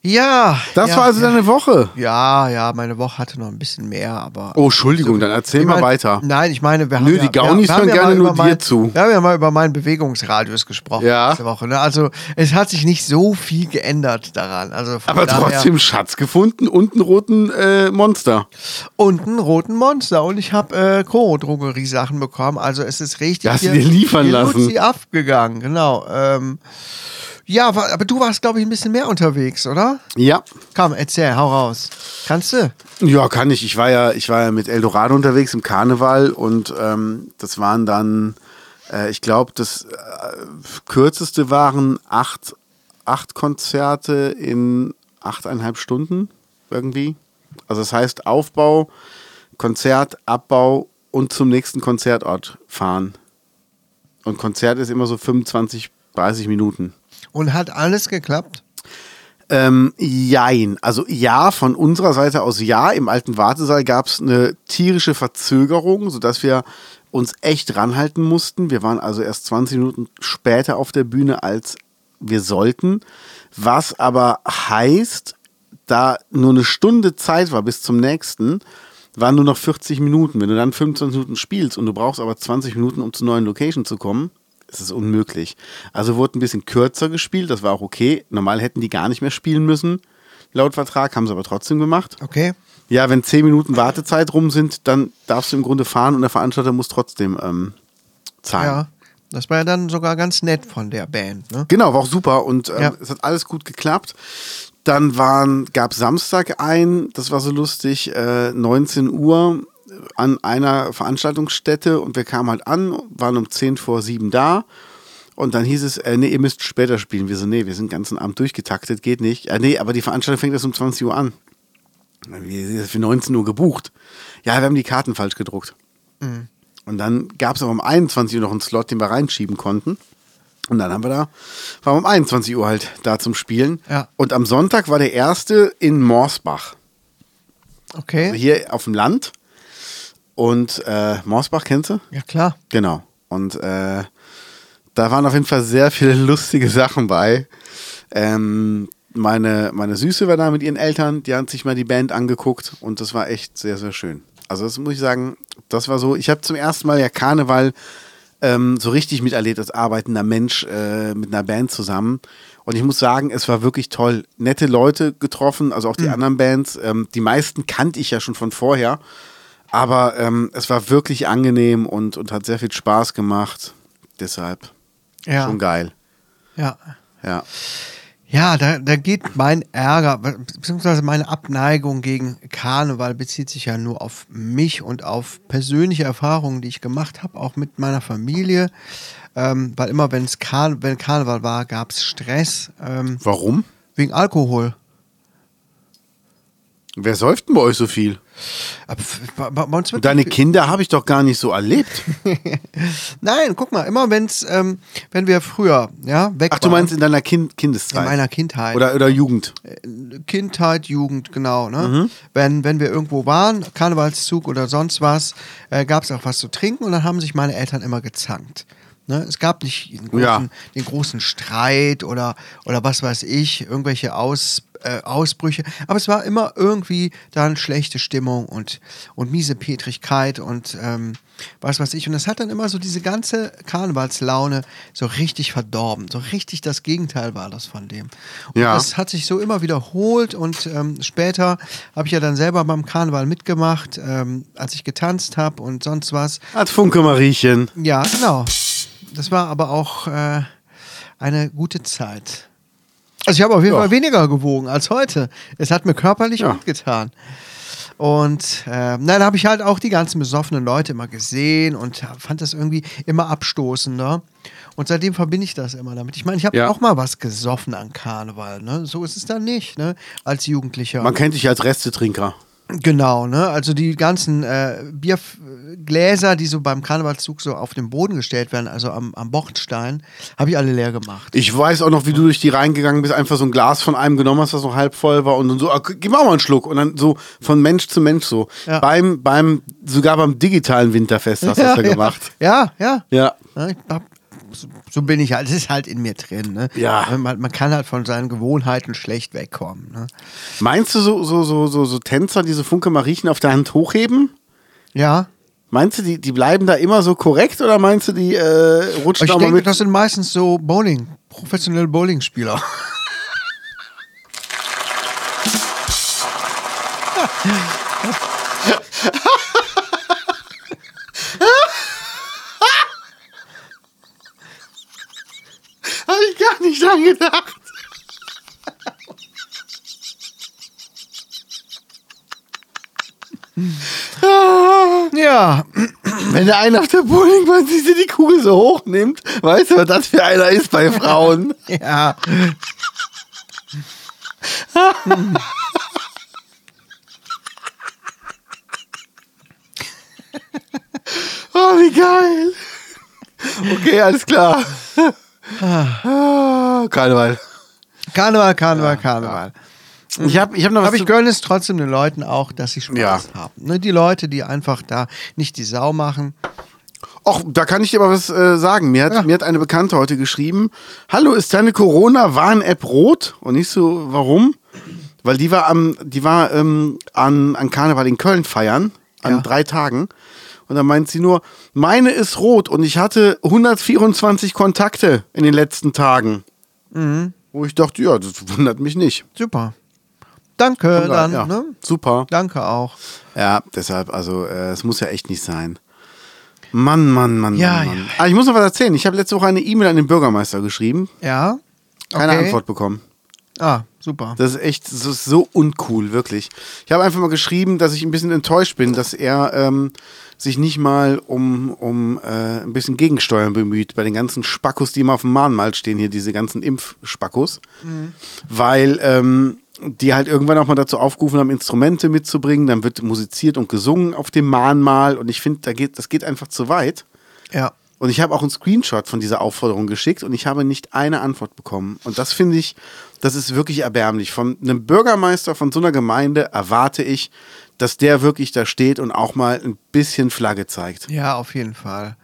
A: Ja.
B: das
A: ja,
B: war also
A: ja.
B: deine Woche.
A: Ja, ja, meine Woche hatte noch ein bisschen mehr, aber.
B: Oh, Entschuldigung, dann erzähl
A: Ich
B: mal
A: meine-
B: weiter.
A: Nein, ich meine, wir haben.
B: Nö,
A: ja,
B: die
A: wir,
B: Gaunis
A: wir haben
B: hören
A: ja
B: gerne
A: mal
B: nur
A: über
B: dir
A: mein-
B: zu.
A: Wir haben ja mal über meinen Bewegungsradius gesprochen
B: Ja.
A: letzte Woche. Ne? Also, es hat sich nicht so viel geändert daran. Also von
B: Aber
A: daher-
B: trotzdem Schatz gefunden und einen roten äh, Monster.
A: Und einen roten Monster. Und ich habe äh, Co-Drogerie-Sachen bekommen. Also, es ist richtig.
B: Da hast du
A: hier-
B: dir liefern
A: hier
B: lassen.
A: Luzi abgegangen, genau. Ähm, ja, wa- aber du warst, glaube ich, ein bisschen mehr unterwegs, oder?
B: Ja.
A: Komm, erzähl, hau raus. Kannst du?
B: Ja, kann ich. Ich war ja, ich war ja mit Eldorado unterwegs im Karneval und ähm, das waren dann, äh, ich glaube, das äh, kürzeste waren acht, acht Konzerte in achteinhalb Stunden irgendwie. Also das heißt Aufbau, Konzert, Abbau und zum nächsten Konzertort fahren. Und Konzert ist immer so 25, 30 Minuten.
A: Und hat alles geklappt?
B: Ähm, jein. Also ja, von unserer Seite aus ja. Im alten Wartesaal gab es eine tierische Verzögerung, sodass wir uns echt ranhalten mussten. Wir waren also erst 20 Minuten später auf der Bühne, als wir sollten. Was aber heißt, da nur eine Stunde Zeit war bis zum nächsten, waren nur noch 40 Minuten. Wenn du dann 25 Minuten spielst und du brauchst aber 20 Minuten, um zur neuen Location zu kommen, ist es unmöglich. Also wurde ein bisschen kürzer gespielt, das war auch okay. Normal hätten die gar nicht mehr spielen müssen. Laut Vertrag haben sie aber trotzdem gemacht.
A: Okay.
B: Ja, wenn 10 Minuten Wartezeit rum sind, dann darfst du im Grunde fahren und der Veranstalter muss trotzdem ähm, zahlen.
A: Ja, das war ja dann sogar ganz nett von der Band, ne?
B: Genau, war auch super und ähm,
A: Ja.
B: es hat alles gut geklappt. Dann waren, gab Samstag ein, das war so lustig, äh, 19 Uhr an einer Veranstaltungsstätte und wir kamen halt an, waren um 10 vor 7 da und dann hieß es, äh, nee, ihr müsst später spielen. Wir so, nee, wir sind den ganzen Abend durchgetaktet, geht nicht. Äh, nee, aber die Veranstaltung fängt erst um 20 Uhr an. Wir sind für 19 Uhr gebucht. Ja, wir haben die Karten falsch gedruckt. Und dann gab es aber um 21 Uhr noch einen Slot, den wir reinschieben konnten. Und dann haben wir da, waren wir um 21 Uhr halt da zum Spielen.
A: Ja.
B: Und am Sonntag war der erste in Morsbach, also
A: Okay.
B: hier auf dem Land. Und äh, Morsbach kennst du?
A: Ja, klar.
B: Genau. Und äh, da waren auf jeden Fall sehr viele lustige Sachen bei. Ähm, meine, meine Süße war da mit ihren Eltern, die hat sich mal die Band angeguckt und das war echt sehr, sehr schön. Also das muss ich sagen, das war so, ich habe zum ersten Mal ja Karneval ähm, so richtig miterlebt als arbeitender Mensch äh, mit einer Band zusammen. Und ich muss sagen, es war wirklich toll. Nette Leute getroffen, also auch
A: Mhm.
B: die anderen Bands. Ähm, die meisten kannte ich ja schon von vorher. Aber ähm, es war wirklich angenehm und, und hat sehr viel Spaß gemacht. Deshalb
A: Ja.
B: schon geil.
A: Ja.
B: Ja.
A: Ja, da, da geht mein Ärger, beziehungsweise meine Abneigung gegen Karneval bezieht sich ja nur auf mich und auf persönliche Erfahrungen, die ich gemacht habe, auch mit meiner Familie. Ähm, weil immer, wenn's Karne wenn Karneval war, gab es Stress ähm,
B: Warum?
A: wegen Alkohol.
B: Wer säuft denn bei euch so viel?
A: Aber f- Bei, bei uns wird
B: Deine Kinder habe ich doch gar nicht so erlebt.
A: Nein, guck mal, immer wenn's, ähm, wenn wir früher, ja, weg
B: Ach, du
A: waren,
B: meinst in deiner kind Kindeszeit?
A: in meiner Kindheit.
B: Oder, oder Jugend.
A: Kindheit, Jugend, genau. Ne? Wenn, wenn wir irgendwo waren, Karnevalszug oder sonst was, äh, gab es auch was zu trinken und dann haben sich meine Eltern immer gezankt. Ne? Es gab nicht den großen,
B: Ja.
A: den großen Streit oder, oder was weiß ich, irgendwelche Aus, äh, Ausbrüche, aber es war immer irgendwie dann schlechte Stimmung und, und miese Petrigkeit und ähm, was weiß ich. Und das hat dann immer so diese ganze Karnevalslaune so richtig verdorben. So richtig das Gegenteil war das von dem. Und
B: Ja.
A: das hat sich so immer wiederholt und ähm, später habe ich ja dann selber beim Karneval mitgemacht, ähm, als ich getanzt habe und sonst was.
B: Als Funke Mariechen.
A: Ja, genau. Das war aber auch äh, eine gute Zeit. Also ich habe auf jeden
B: Ja.
A: Fall weniger gewogen als heute. Es hat mir körperlich
B: Ja.
A: gut getan. Und äh, nein, da habe ich halt auch die ganzen besoffenen Leute immer gesehen und fand das irgendwie immer abstoßender. Und seitdem verbinde ich das immer damit. Ich meine, ich habe
B: Ja.
A: auch mal was gesoffen an Karneval. Ne? So ist es dann nicht, ne? als Jugendlicher.
B: Man kennt dich als Restetrinker.
A: Genau, ne? Also die ganzen äh, Biergläser, die so beim Karnevalszug so auf den Boden gestellt werden, also am, am Bordstein, habe ich alle leer gemacht.
B: Ich weiß auch noch, wie du durch die reingegangen bist, einfach so ein Glas von einem genommen hast, was noch halb voll war und dann so, ah, gib mir auch mal einen Schluck. Und dann so von Mensch zu Mensch so.
A: Ja.
B: Beim, beim, sogar beim digitalen Winterfest hast du das ja gemacht.
A: Ja, ja.
B: Ja.
A: Ja, ich hab, so- so bin ich halt. Es ist halt in mir drin, ne?
B: Ja.
A: Man, man kann halt von seinen Gewohnheiten schlecht wegkommen, ne?
B: Meinst du so, so, so, so, so Tänzer, die so Funke Mariechen auf der Hand hochheben?
A: Ja.
B: Meinst du, die, die bleiben da immer so korrekt oder meinst du, die äh, rutschen
A: Ich
B: da mal
A: denke,
B: mit?
A: das sind meistens so Bowling, professionelle Bowlingspieler.
B: Habe ich gar nicht dran gedacht. Ah.
A: Ja.
B: Wenn der eine auf der Bowlingbahn sich die Kugel so hochnimmt, weißt du, was das für einer ist bei Frauen?
A: Ja.
B: Oh, wie geil. Okay, alles klar. Ah, Karneval.
A: Karneval, Karneval, Karneval.
B: Ich habe ich hab noch was
A: Aber ich
B: zu-
A: gönne es trotzdem den Leuten auch, dass sie Spaß
B: Ja.
A: haben. Ne, die Leute, die einfach da nicht die Sau machen.
B: Och, da kann ich dir aber was äh, sagen. Mir hat,
A: Ja.
B: mir hat eine Bekannte heute geschrieben, hallo, ist deine Corona-Warn-App rot? Und ich so, warum? Weil die war am, die war ähm, an, an Karneval in Köln feiern, an
A: Ja.
B: drei Tagen. Und dann meint sie nur, meine ist rot und ich hatte 124 Kontakte in den letzten Tagen.
A: Mhm.
B: Wo ich dachte, ja, das wundert mich nicht.
A: Super. Danke dann.
B: ja,
A: Ne?
B: Super.
A: Danke auch.
B: Ja, deshalb, also äh, es muss ja echt nicht sein. Mann, Mann, Mann,
A: Ja,
B: Mann.
A: ja.
B: Mann. Ah, ich muss noch was erzählen. Ich habe letzte Woche eine E-Mail an den Bürgermeister geschrieben.
A: Ja.
B: Keine
A: Okay.
B: Antwort bekommen.
A: Ah, super.
B: Das ist echt so, so uncool, wirklich. Ich habe einfach mal geschrieben, dass ich ein bisschen enttäuscht bin, dass er ähm, sich nicht mal um, um äh, ein bisschen Gegensteuern bemüht bei den ganzen Spackos, die immer auf dem Mahnmal stehen hier, diese ganzen Impfspackos. Weil ähm, die halt irgendwann auch mal dazu aufgerufen haben, Instrumente mitzubringen. Dann wird musiziert und gesungen auf dem Mahnmal. Und ich finde, da geht, das geht einfach zu weit.
A: Ja.
B: Und ich habe auch einen Screenshot von dieser Aufforderung geschickt und ich habe nicht eine Antwort bekommen. Und das finde ich, das ist wirklich erbärmlich. Von einem Bürgermeister von so einer Gemeinde erwarte ich, dass der wirklich da steht und auch mal ein bisschen Flagge zeigt.
A: Ja, auf jeden Fall.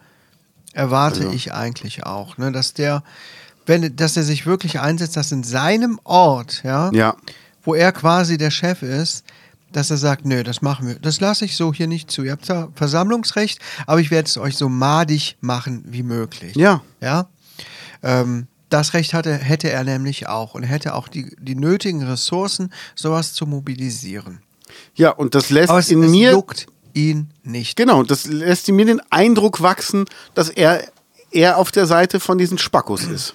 A: Erwarte
B: Also.
A: ich eigentlich auch, ne, dass der wenn, dass er sich wirklich einsetzt, dass in seinem Ort, ja,
B: Ja.
A: wo er quasi der Chef ist, dass er sagt, nö, das machen wir, das lasse ich so hier nicht zu. Ihr habt da Versammlungsrecht, aber ich werde es euch so madig machen wie möglich.
B: Ja.
A: Ja. Ähm, das Recht hatte, hätte er nämlich auch und hätte auch die, die nötigen Ressourcen, sowas zu mobilisieren.
B: Ja, und das lässt
A: Aber es,
B: in
A: es
B: mir
A: juckt ihn nicht.
B: Genau, das lässt mir den Eindruck wachsen, dass er eher auf der Seite von diesen Spackos ist.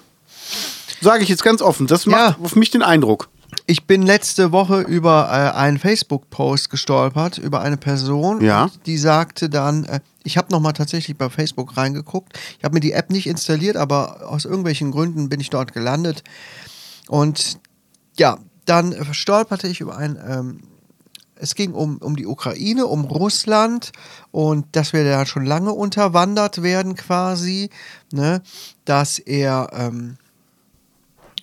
B: Sage ich jetzt ganz offen, das macht
A: Ja.
B: auf mich den Eindruck.
A: Ich bin letzte Woche über äh, einen Facebook-Post gestolpert, über eine Person,
B: Ja.
A: und die sagte dann, äh, ich habe nochmal tatsächlich bei Facebook reingeguckt, ich habe mir die App nicht installiert, aber aus irgendwelchen Gründen bin ich dort gelandet. Und ja, dann äh, stolperte ich über ein, ähm, es ging um, um die Ukraine, um Russland und dass wir da schon lange unterwandert werden quasi, ne? dass er... Ähm,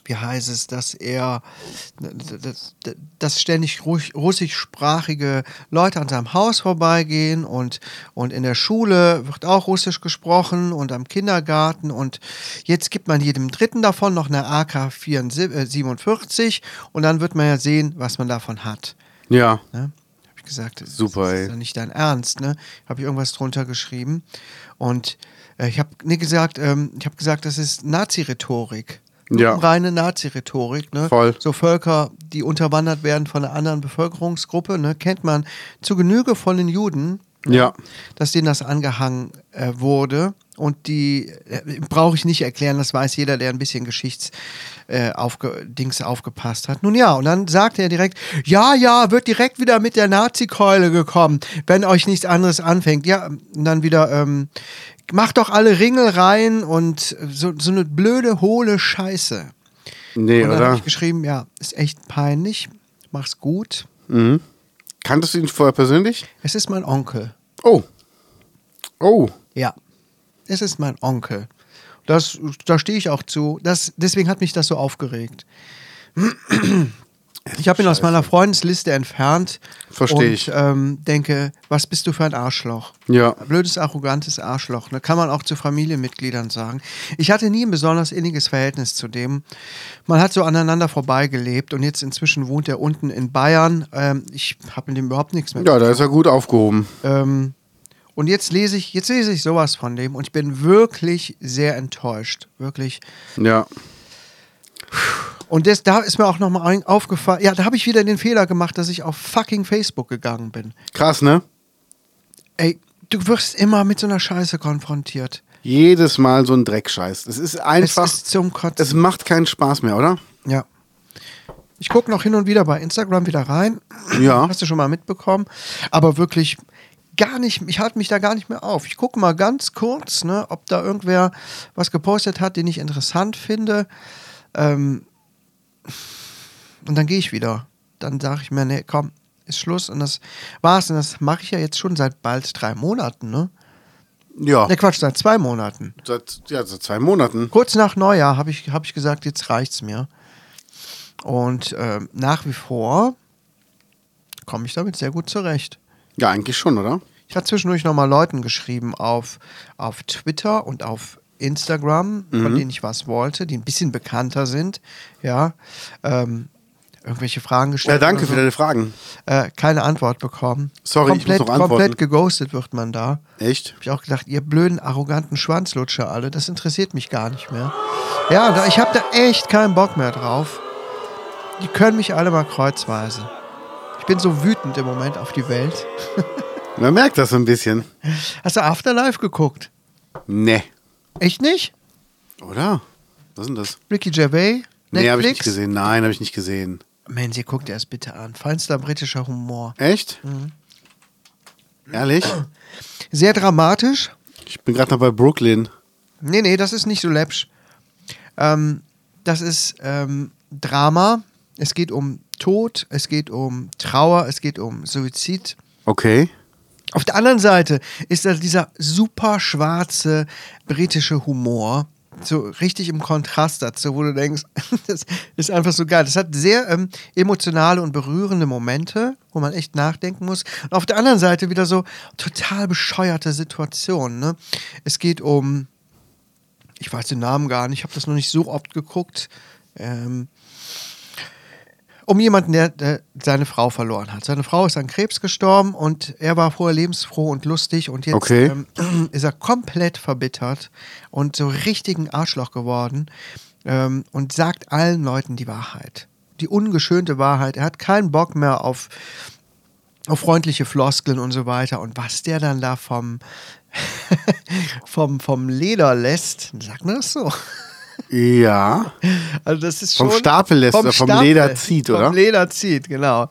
A: wie heißt es, dass er, dass, dass ständig rusch- russischsprachige Leute an seinem Haus vorbeigehen und, und in der Schule wird auch Russisch gesprochen und am Kindergarten und jetzt gibt man jedem Dritten davon noch eine AK-47 äh, und dann wird man ja sehen, was man davon hat.
B: Ja.
A: Ne? Hab ich gesagt, das
B: Super,
A: ist, das
B: ey.
A: ist doch nicht dein Ernst, ne? Habe ich irgendwas drunter geschrieben und äh, ich habe ne, gesagt, ähm, ich habe gesagt, das ist Nazi-Rhetorik. um
B: Ja.
A: Reine Nazi-Rhetorik, ne?
B: Voll.
A: So Völker, die unterwandert werden von einer anderen Bevölkerungsgruppe, ne? Kennt man zu Genüge von den Juden,
B: Ja.
A: dass denen das angehangen äh, wurde. Und die äh, brauche ich nicht erklären, das weiß jeder, der ein bisschen Geschichts äh, aufge Dings aufgepasst hat. Nun ja, und dann sagte er direkt, ja, ja, wird direkt wieder mit der Nazi-Keule gekommen, wenn euch nichts anderes anfängt. Ja, und dann wieder, ähm, macht doch alle Ringel rein und so, so eine blöde, hohle Scheiße.
B: Nee,
A: Und dann habe
B: oder?
A: ich geschrieben, ja, ist echt peinlich, mach's gut.
B: Kanntest du ihn vorher persönlich?
A: Es ist mein Onkel.
B: Oh. Oh.
A: Ja, es ist mein Onkel. Das, da stehe ich auch zu. Das, deswegen hat mich das so aufgeregt. Ich habe ihn aus meiner Freundesliste entfernt.
B: Versteh
A: und,
B: ich.
A: Ähm, denke, was bist du für ein Arschloch?
B: Ja.
A: Blödes, arrogantes Arschloch. Ne? Kann man auch zu Familienmitgliedern sagen. Ich hatte nie ein besonders inniges Verhältnis zu dem. Man hat so aneinander vorbeigelebt und jetzt inzwischen wohnt er unten in Bayern. Ähm, ich habe mit dem überhaupt nichts mehr
B: Ja, da ist er gut aufgehoben.
A: ähm, und jetzt lese ich, jetzt lese ich sowas von dem und ich bin wirklich sehr enttäuscht. Wirklich.
B: Ja.
A: Und das, da ist mir auch nochmal aufgefallen, ja, da habe ich wieder den Fehler gemacht, dass ich auf fucking Facebook gegangen bin.
B: Krass, ne?
A: Ey, du wirst immer mit so einer Scheiße konfrontiert.
B: Jedes Mal so ein Dreckscheiß. Es ist einfach.
A: es ist zum Kotzen.
B: es macht keinen Spaß mehr, oder?
A: ja. Ich gucke noch hin und wieder bei Instagram wieder rein.
B: Ja.
A: Hast du schon mal mitbekommen. Aber wirklich gar nicht, ich halte mich da gar nicht mehr auf. Ich gucke mal ganz kurz, ne, ob da irgendwer was gepostet hat, den ich interessant finde. Ähm, und dann gehe ich wieder. Dann sage ich mir, nee, komm, ist Schluss. Und das war's. Und das mache ich ja jetzt schon seit bald drei Monaten, ne?
B: Ja.
A: Ne, Quatsch, seit zwei Monaten.
B: Seit, ja, seit zwei Monaten.
A: Kurz nach Neujahr habe ich, hab ich gesagt, jetzt reicht's mir. Und ähm, nach wie vor komme ich damit sehr gut zurecht.
B: Ja, eigentlich schon, oder?
A: Ich hatte zwischendurch nochmal Leuten geschrieben auf, auf Twitter und auf Instagram, von
B: Mhm.
A: denen ich was wollte, die ein bisschen bekannter sind. Ja. Ähm, irgendwelche Fragen gestellt.
B: Ja, danke
A: oder
B: für deine Fragen.
A: Äh, keine Antwort bekommen.
B: Sorry, ich muss
A: komplett,
B: noch antworten.
A: Komplett geghostet wird man da.
B: Echt?
A: Hab ich auch gedacht, ihr blöden, arroganten Schwanzlutscher alle, das interessiert mich gar nicht mehr. Ja, da, ich habe da echt keinen Bock mehr drauf. Die können mich alle mal kreuzweise. Ich bin so wütend im Moment auf die Welt.
B: Man merkt das so ein bisschen.
A: Hast du Afterlife geguckt?
B: Nee.
A: Echt nicht?
B: Oder? Was ist denn das?
A: Ricky Gervais? Netflix?
B: Nee, habe ich nicht gesehen. Nein, habe ich nicht gesehen.
A: Man, sie guckt erst bitte an. Feinster britischer Humor.
B: Echt? Ehrlich?
A: Sehr dramatisch.
B: Ich bin gerade noch bei Brooklyn.
A: Nee, nee, das ist nicht so läppsch. Ähm, das ist ähm, Drama. Es geht um Tod, es geht um Trauer, es geht um Suizid.
B: Okay.
A: Auf der anderen Seite ist da dieser super schwarze britische Humor. So richtig im Kontrast dazu, wo du denkst, das ist einfach so geil. Das hat sehr ähm, emotionale und berührende Momente, wo man echt nachdenken muss. Und auf der anderen Seite wieder so total bescheuerte Situationen. Ne? Es geht um Ich weiß den Namen gar nicht, ich habe das noch nicht so oft geguckt. Ähm, um jemanden, der, der seine Frau verloren hat. Seine Frau ist an Krebs gestorben und er war vorher lebensfroh und lustig und jetzt
B: Okay.
A: ähm, ist er komplett verbittert und so richtigen Arschloch geworden ähm, und sagt allen Leuten die Wahrheit. Die ungeschönte Wahrheit. Er hat keinen Bock mehr auf, auf freundliche Floskeln und so weiter. Und was der dann da vom, vom, vom Leder lässt, sagt man das so?
B: Ja.
A: Also das ist
B: Vom
A: schon
B: Stapel lässt oder vom Leder zieht, oder?
A: Vom Leder zieht, genau.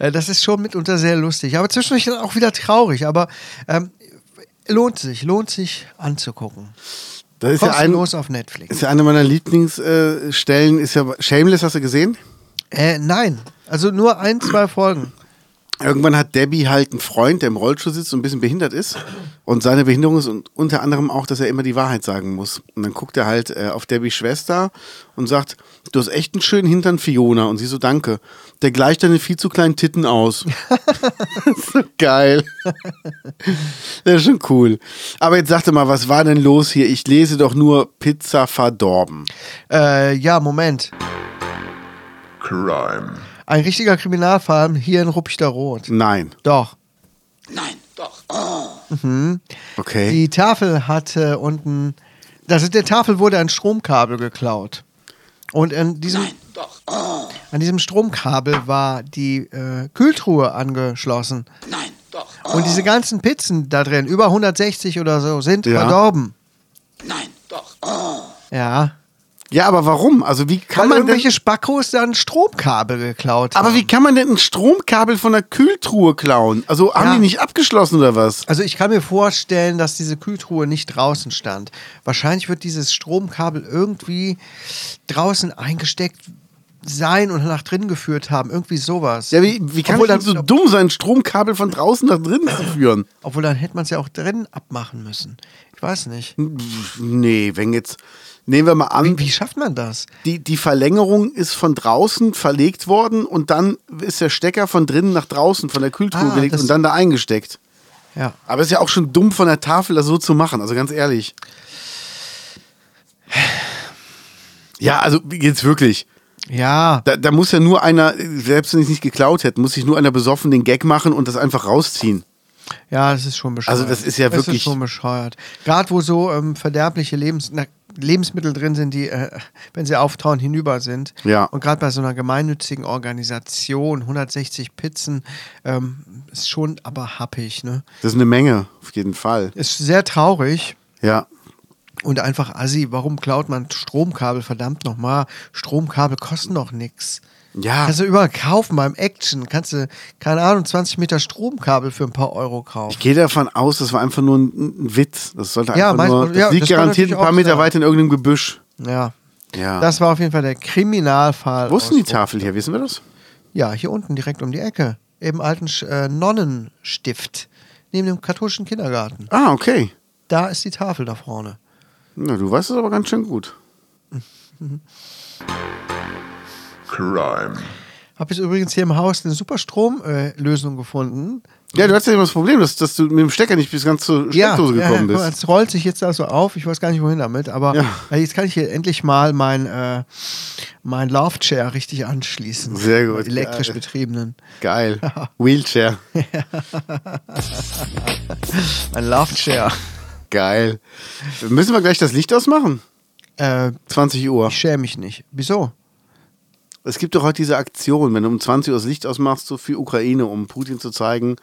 A: Äh, Das ist schon mitunter sehr lustig, aber zwischendurch dann auch wieder traurig. Aber ähm, lohnt sich, lohnt sich anzugucken.
B: Das ist ja, ein,
A: Kostenlos auf Netflix.
B: ist ja eine meiner Lieblingsstellen. Äh, Stellen, ist ja Shameless, hast du gesehen?
A: Äh, nein, also nur ein, zwei Folgen.
B: Irgendwann hat Debbie halt einen Freund, der im Rollstuhl sitzt und ein bisschen behindert ist. Und seine Behinderung ist un- unter anderem auch, dass er immer die Wahrheit sagen muss. Und dann guckt er halt äh, auf Debbies Schwester und sagt, du hast echt einen schönen Hintern, Fiona. Und sie so, danke. Der gleicht deine viel zu kleinen Titten aus. so geil. das ist schon cool. Aber jetzt sagte mal, was war denn los hier? Ich lese doch nur Pizza verdorben.
A: Äh, ja, Moment.
D: Crime.
A: Ein richtiger Kriminalfall hier in Ruppchter Rot.
B: Nein.
A: Doch.
B: Okay.
A: Die Tafel hatte unten. Das ist der Tafel wurde ein Stromkabel geklaut. Und an diesem, an diesem Stromkabel war die äh, Kühltruhe angeschlossen. Und diese ganzen Pizzen da drin, über 160 oder so, sind
B: Ja.
A: verdorben. Ja.
B: ja, aber warum? Also wie kann
A: Weil
B: man denn...
A: irgendwelche Spackos dann Stromkabel geklaut
B: Aber
A: haben.
B: wie kann man denn ein Stromkabel von der Kühltruhe klauen? Also haben
A: Ja.
B: die nicht abgeschlossen oder was?
A: Also ich kann mir vorstellen, dass diese Kühltruhe nicht draußen stand. Wahrscheinlich wird dieses Stromkabel irgendwie draußen eingesteckt sein und nach drin geführt haben. Irgendwie sowas.
B: Ja, wie, wie kann
A: obwohl,
B: man
A: dann,
B: so dumm sein, ein Stromkabel von draußen nach drinnen zu führen?
A: obwohl dann hätte man es ja auch drin abmachen müssen. Ich weiß nicht.
B: Nee, wenn jetzt. Nehmen wir mal an,
A: Wie, wie schafft man das?
B: die, die Verlängerung ist von draußen verlegt worden und dann ist der Stecker von drinnen nach draußen von der Kühltruhe
A: Ah,
B: gelegt
A: das-
B: und dann da eingesteckt.
A: Ja.
B: Aber ist ja auch schon dumm von der Tafel, das so zu machen, also ganz ehrlich. Ja, also jetzt wirklich.
A: Ja.
B: Da, da muss ja nur einer, selbst wenn ich es nicht geklaut hätte, muss sich nur einer besoffen den Gag machen und das einfach rausziehen.
A: Ja, das ist schon bescheuert.
B: Also das ist ja
A: Das
B: wirklich-
A: ist schon bescheuert. Gerade wo so ähm, verderbliche Lebens na, Lebensmittel drin sind, die, äh, wenn sie auftauen, hinüber sind.
B: Ja.
A: Und gerade bei so einer gemeinnützigen Organisation, 160 Pizzen, ähm, ist schon aber happig. Ne?
B: Das ist eine Menge, auf jeden Fall.
A: Ist sehr traurig
B: Ja.
A: und einfach assi. Warum klaut man Stromkabel? Verdammt nochmal. Stromkabel kosten doch nichts.
B: Ja.
A: Kannst du überall kaufen beim Action. Kannst du, keine Ahnung, 20 Meter Stromkabel für ein paar Euro kaufen.
B: Ich gehe davon aus, das war einfach nur ein, ein Witz. Das sollte
A: Ja,
B: einfach
A: manchmal-
B: nur. Das
A: ja,
B: liegt
A: das kann
B: garantiert ein
A: natürlich
B: paar
A: auch
B: Meter
A: sein.
B: weit in irgendeinem Gebüsch.
A: Ja.
B: Ja.
A: Das war auf jeden Fall der Kriminalfall.
B: Wo ist denn die
A: aus-
B: Tafel hier? Wissen wir das?
A: Ja, hier unten, direkt um die Ecke. Im alten Sch- äh, Nonnenstift. Neben dem katholischen Kindergarten.
B: Ah, okay.
A: Da ist die Tafel da vorne.
B: Na, du weißt es aber ganz schön gut.
D: Crime.
A: Habe jetzt übrigens hier im Haus eine super Stromlösung gefunden.
B: Ja, du hast ja immer das Problem, dass, dass du mit dem Stecker nicht bis ganz zur Steckdose gekommen
A: guck mal,
B: bist.
A: äh, Es rollt sich jetzt da so auf. Ich weiß gar nicht, wohin damit. Aber
B: Ja.
A: äh, jetzt kann ich hier endlich mal mein, äh, mein Laufchair richtig anschließen.
B: Sehr gut,
A: Elektrisch
B: geil.
A: betriebenen.
B: Geil. Wheelchair.
A: Mein Laufchair.
B: Geil. Müssen wir gleich das Licht ausmachen?
A: äh,
B: 20 Uhr.
A: ich schäme mich nicht. Wieso?
B: Es gibt doch heute diese Aktion, wenn du um 20 Uhr das Licht ausmachst, so für Ukraine, um Putin zu zeigen,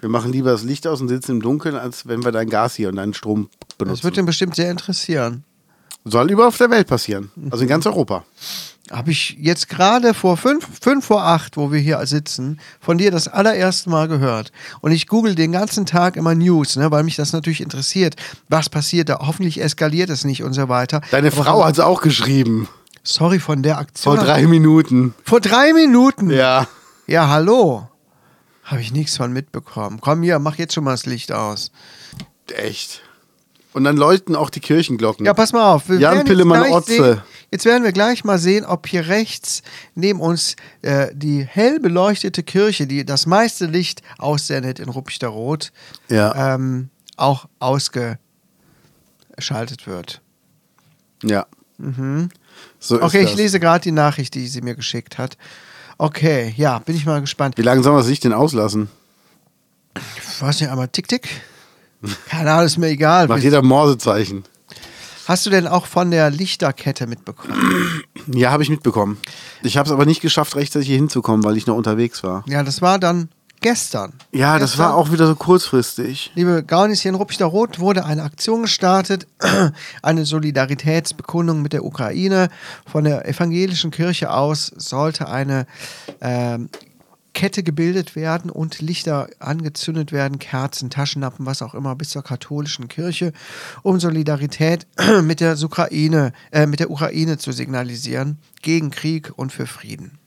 B: wir machen lieber das Licht aus und sitzen im Dunkeln, als wenn wir dein Gas hier und deinen Strom
A: Das wird
B: benutzen.
A: ihn bestimmt sehr interessieren.
B: Soll überall auf der Welt passieren. Also in ganz Europa.
A: Habe ich jetzt gerade vor fünf, fünf vor acht, wo wir hier sitzen, von dir das allererste Mal gehört. Und ich google den ganzen Tag immer News, ne, weil mich das natürlich interessiert. Was passiert da? Hoffentlich eskaliert es nicht und so weiter.
B: Deine
A: Aber
B: Frau
A: von-
B: hat es auch geschrieben.
A: Sorry von der Aktion.
B: Vor drei Minuten.
A: vor drei Minuten.
B: Ja.
A: Ja, hallo. Habe ich nichts von mitbekommen. Komm hier, mach jetzt schon mal das Licht aus.
B: Echt. Und dann läuten auch die Kirchenglocken.
A: Ja, pass mal auf. Wir
B: Jan
A: werden jetzt
B: Pillemann
A: gleich
B: Otze.
A: sehen- Jetzt werden wir gleich mal sehen, ob hier rechts neben uns äh, die hell beleuchtete Kirche, die das meiste Licht aussendet in Ruppichter Rot,
B: Ja.
A: ähm, auch ausgeschaltet wird.
B: Ja. So ist
A: Mhm. Okay, ich
B: das.
A: lese gerade die Nachricht, die sie mir geschickt hat. Okay, ja, bin ich mal gespannt.
B: Wie lange soll man sich denn auslassen?
A: Ich weiß nicht, einmal Tick-Tick? Keine Ahnung, ist mir egal.
B: Macht jeder Morsezeichen.
A: Hast du denn auch von der Lichterkette mitbekommen?
B: Ja, habe ich mitbekommen. Ich habe es aber nicht geschafft, rechtzeitig hier hinzukommen, weil ich noch unterwegs war.
A: Ja, das war dann gestern.
B: Ja, das war auch wieder so kurzfristig.
A: Liebe Gaunis, hier in Ruppichter Rot wurde eine Aktion gestartet, eine Solidaritätsbekundung mit der Ukraine. Von der evangelischen Kirche aus sollte eine ähm, Kette gebildet werden und Lichter angezündet werden, Kerzen, Taschenlappen, was auch immer, bis zur katholischen Kirche, um Solidarität mit der Ukraine, äh, mit der Ukraine zu signalisieren, gegen Krieg und für Frieden.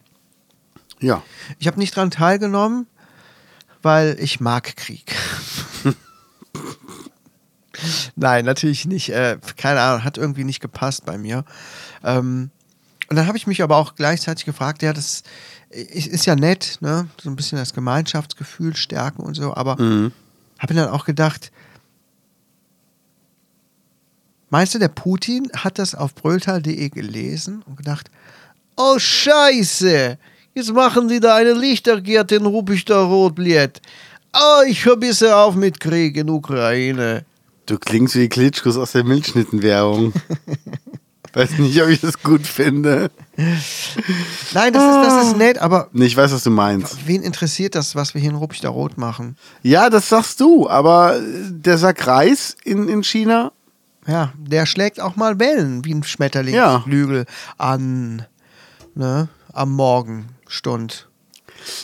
B: Ja.
A: Ich habe nicht daran teilgenommen, weil ich mag Krieg. Nein, natürlich nicht. Äh, keine Ahnung, hat irgendwie nicht gepasst bei mir. Ähm, und dann habe ich mich aber auch gleichzeitig gefragt, ja, das i- ist ja nett, ne? So ein bisschen das Gemeinschaftsgefühl stärken und so, aber habe dann auch gedacht, meinst du, der Putin hat das auf brölltal.de gelesen und gedacht, oh Scheiße, jetzt machen die da eine Lichtergärte in Rubichter Rotblät. Oh, ich hör bisher auf mit Krieg in Ukraine.
B: Du klingst wie die Klitschkos aus der Milchschnittenwerbung. weiß nicht, ob ich das gut finde.
A: Nein, das ist, das ist nett, aber
B: Nee, ich weiß, was du meinst.
A: wen interessiert das, was wir hier in Ruppichter Rot machen?
B: Ja, das sagst du, aber äh, der Sack Reis in, in China,
A: Ja, der schlägt auch mal Wellen wie ein Schmetterlingsflügel an, ne, am Morgenstund.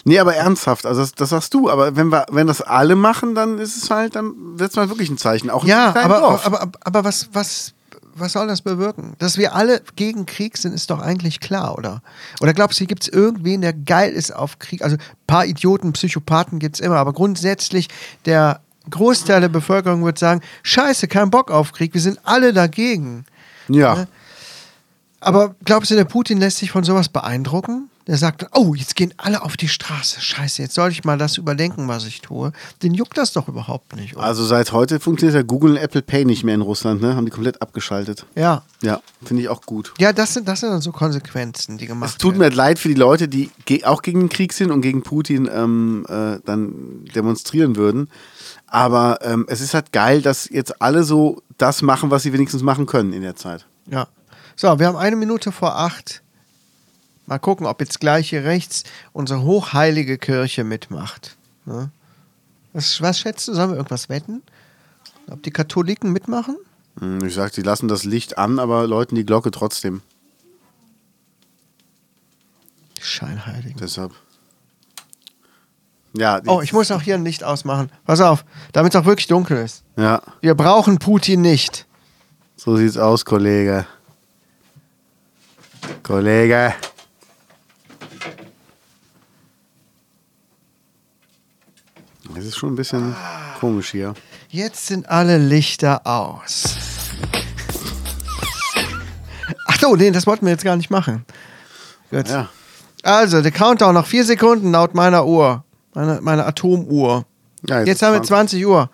B: Nee, aber ernsthaft, also das, das sagst du, aber wenn wir, wenn das alle machen, dann ist es halt, dann wird es mal wirklich ein Zeichen. Auch in
A: Ja,
B: einem kleinen
A: aber,
B: Dorf.
A: aber, aber, aber was, was, was soll das bewirken? Dass wir alle gegen Krieg sind, ist doch eigentlich klar, oder? Oder glaubst du, hier gibt es irgendwen, der geil ist auf Krieg? Also ein paar Idioten, Psychopathen gibt es immer, aber grundsätzlich der Großteil der Bevölkerung wird sagen, scheiße, kein Bock auf Krieg, wir sind alle dagegen.
B: ja.
A: Aber glaubst du, der Putin lässt sich von sowas beeindrucken? Der sagt, oh, jetzt gehen alle auf die Straße. Scheiße, jetzt sollte ich mal das überdenken, was ich tue. Den juckt das doch überhaupt nicht, oder?
B: Also seit heute funktioniert ja Google und Apple Pay nicht mehr in Russland, ne? Haben die komplett abgeschaltet.
A: Ja.
B: Ja, finde ich auch gut.
A: Ja, das sind, das sind dann so Konsequenzen, die gemacht
B: Es tut
A: werden.
B: mir leid für die Leute, die ge auch gegen den Krieg sind und gegen Putin ähm, äh, dann demonstrieren würden. Aber ähm, es ist halt geil, dass jetzt alle so das machen, was sie wenigstens machen können in der Zeit.
A: Ja. So, wir haben eine Minute vor acht. Mal gucken, ob jetzt gleich hier rechts unsere hochheilige Kirche mitmacht. Ne? Was, was schätzt du? Sollen wir irgendwas wetten? Ob die Katholiken mitmachen?
B: Hm, Ich sag, die lassen das Licht an, aber läuten die Glocke trotzdem.
A: Die Scheinheiligen.
B: Deshalb. Ja, die,
A: Oh, ich muss auch hier ein Licht ausmachen. Pass auf, damit es auch wirklich dunkel ist.
B: ja,
A: Wir brauchen Putin nicht.
B: so sieht's aus, Kollege. Kollege. Es ist schon ein bisschen komisch hier.
A: Jetzt sind alle Lichter aus. Ach so, nee, das wollten wir jetzt gar nicht machen. Gut.
B: Ja.
A: Also, der Countdown noch vier Sekunden laut meiner Uhr. Meine, meine Atomuhr.
B: Ja,
A: jetzt
B: jetzt ist
A: haben wir
B: 20.
A: 20 Uhr.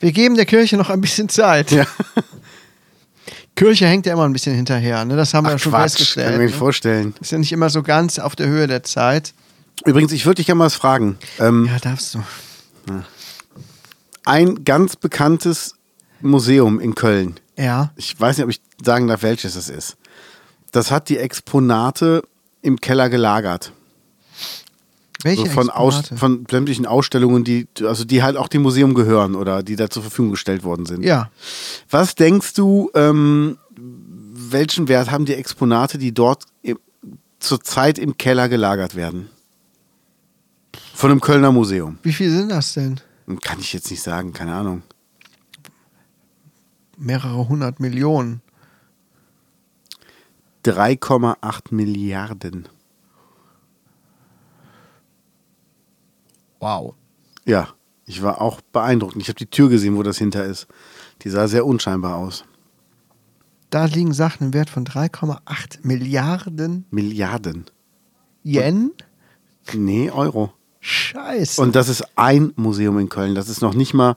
A: Wir geben der Kirche noch ein bisschen Zeit.
B: Ja.
A: Kirche hängt ja immer ein bisschen hinterher, ne? Das haben wir ja schon
B: Kann ich mir
A: festgestellt.
B: nicht
A: Ne?
B: vorstellen.
A: Ist ja nicht immer so ganz auf der Höhe der Zeit.
B: Übrigens, ich würde dich gerne mal was fragen. Ähm,
A: Ja, darfst du.
B: Ein ganz bekanntes Museum in Köln.
A: Ja.
B: Ich weiß nicht, ob ich sagen darf, welches es ist. Das hat die Exponate im Keller gelagert.
A: Welche
B: So Also von, Aus,
A: Exponate?
B: von sämtlichen Ausstellungen, die, also die halt auch dem Museum gehören oder die da zur Verfügung gestellt worden sind.
A: Ja.
B: Was denkst du, ähm, welchen Wert haben die Exponate, die dort im, zurzeit im Keller gelagert werden? Von einem Kölner Museum.
A: Wie viel sind das denn?
B: Kann ich jetzt nicht sagen, keine Ahnung.
A: Mehrere hundert Millionen.
B: 3,8 Milliarden.
A: Wow.
B: Ja, ich war auch beeindruckt. Ich habe die Tür gesehen, wo das hinter ist. Die sah sehr unscheinbar aus.
A: Da liegen Sachen im Wert von 3,8 Milliarden
B: Milliarden.
A: Yen.
B: Nee, Euro.
A: Scheiße.
B: Und das ist ein Museum in Köln. Das ist noch nicht mal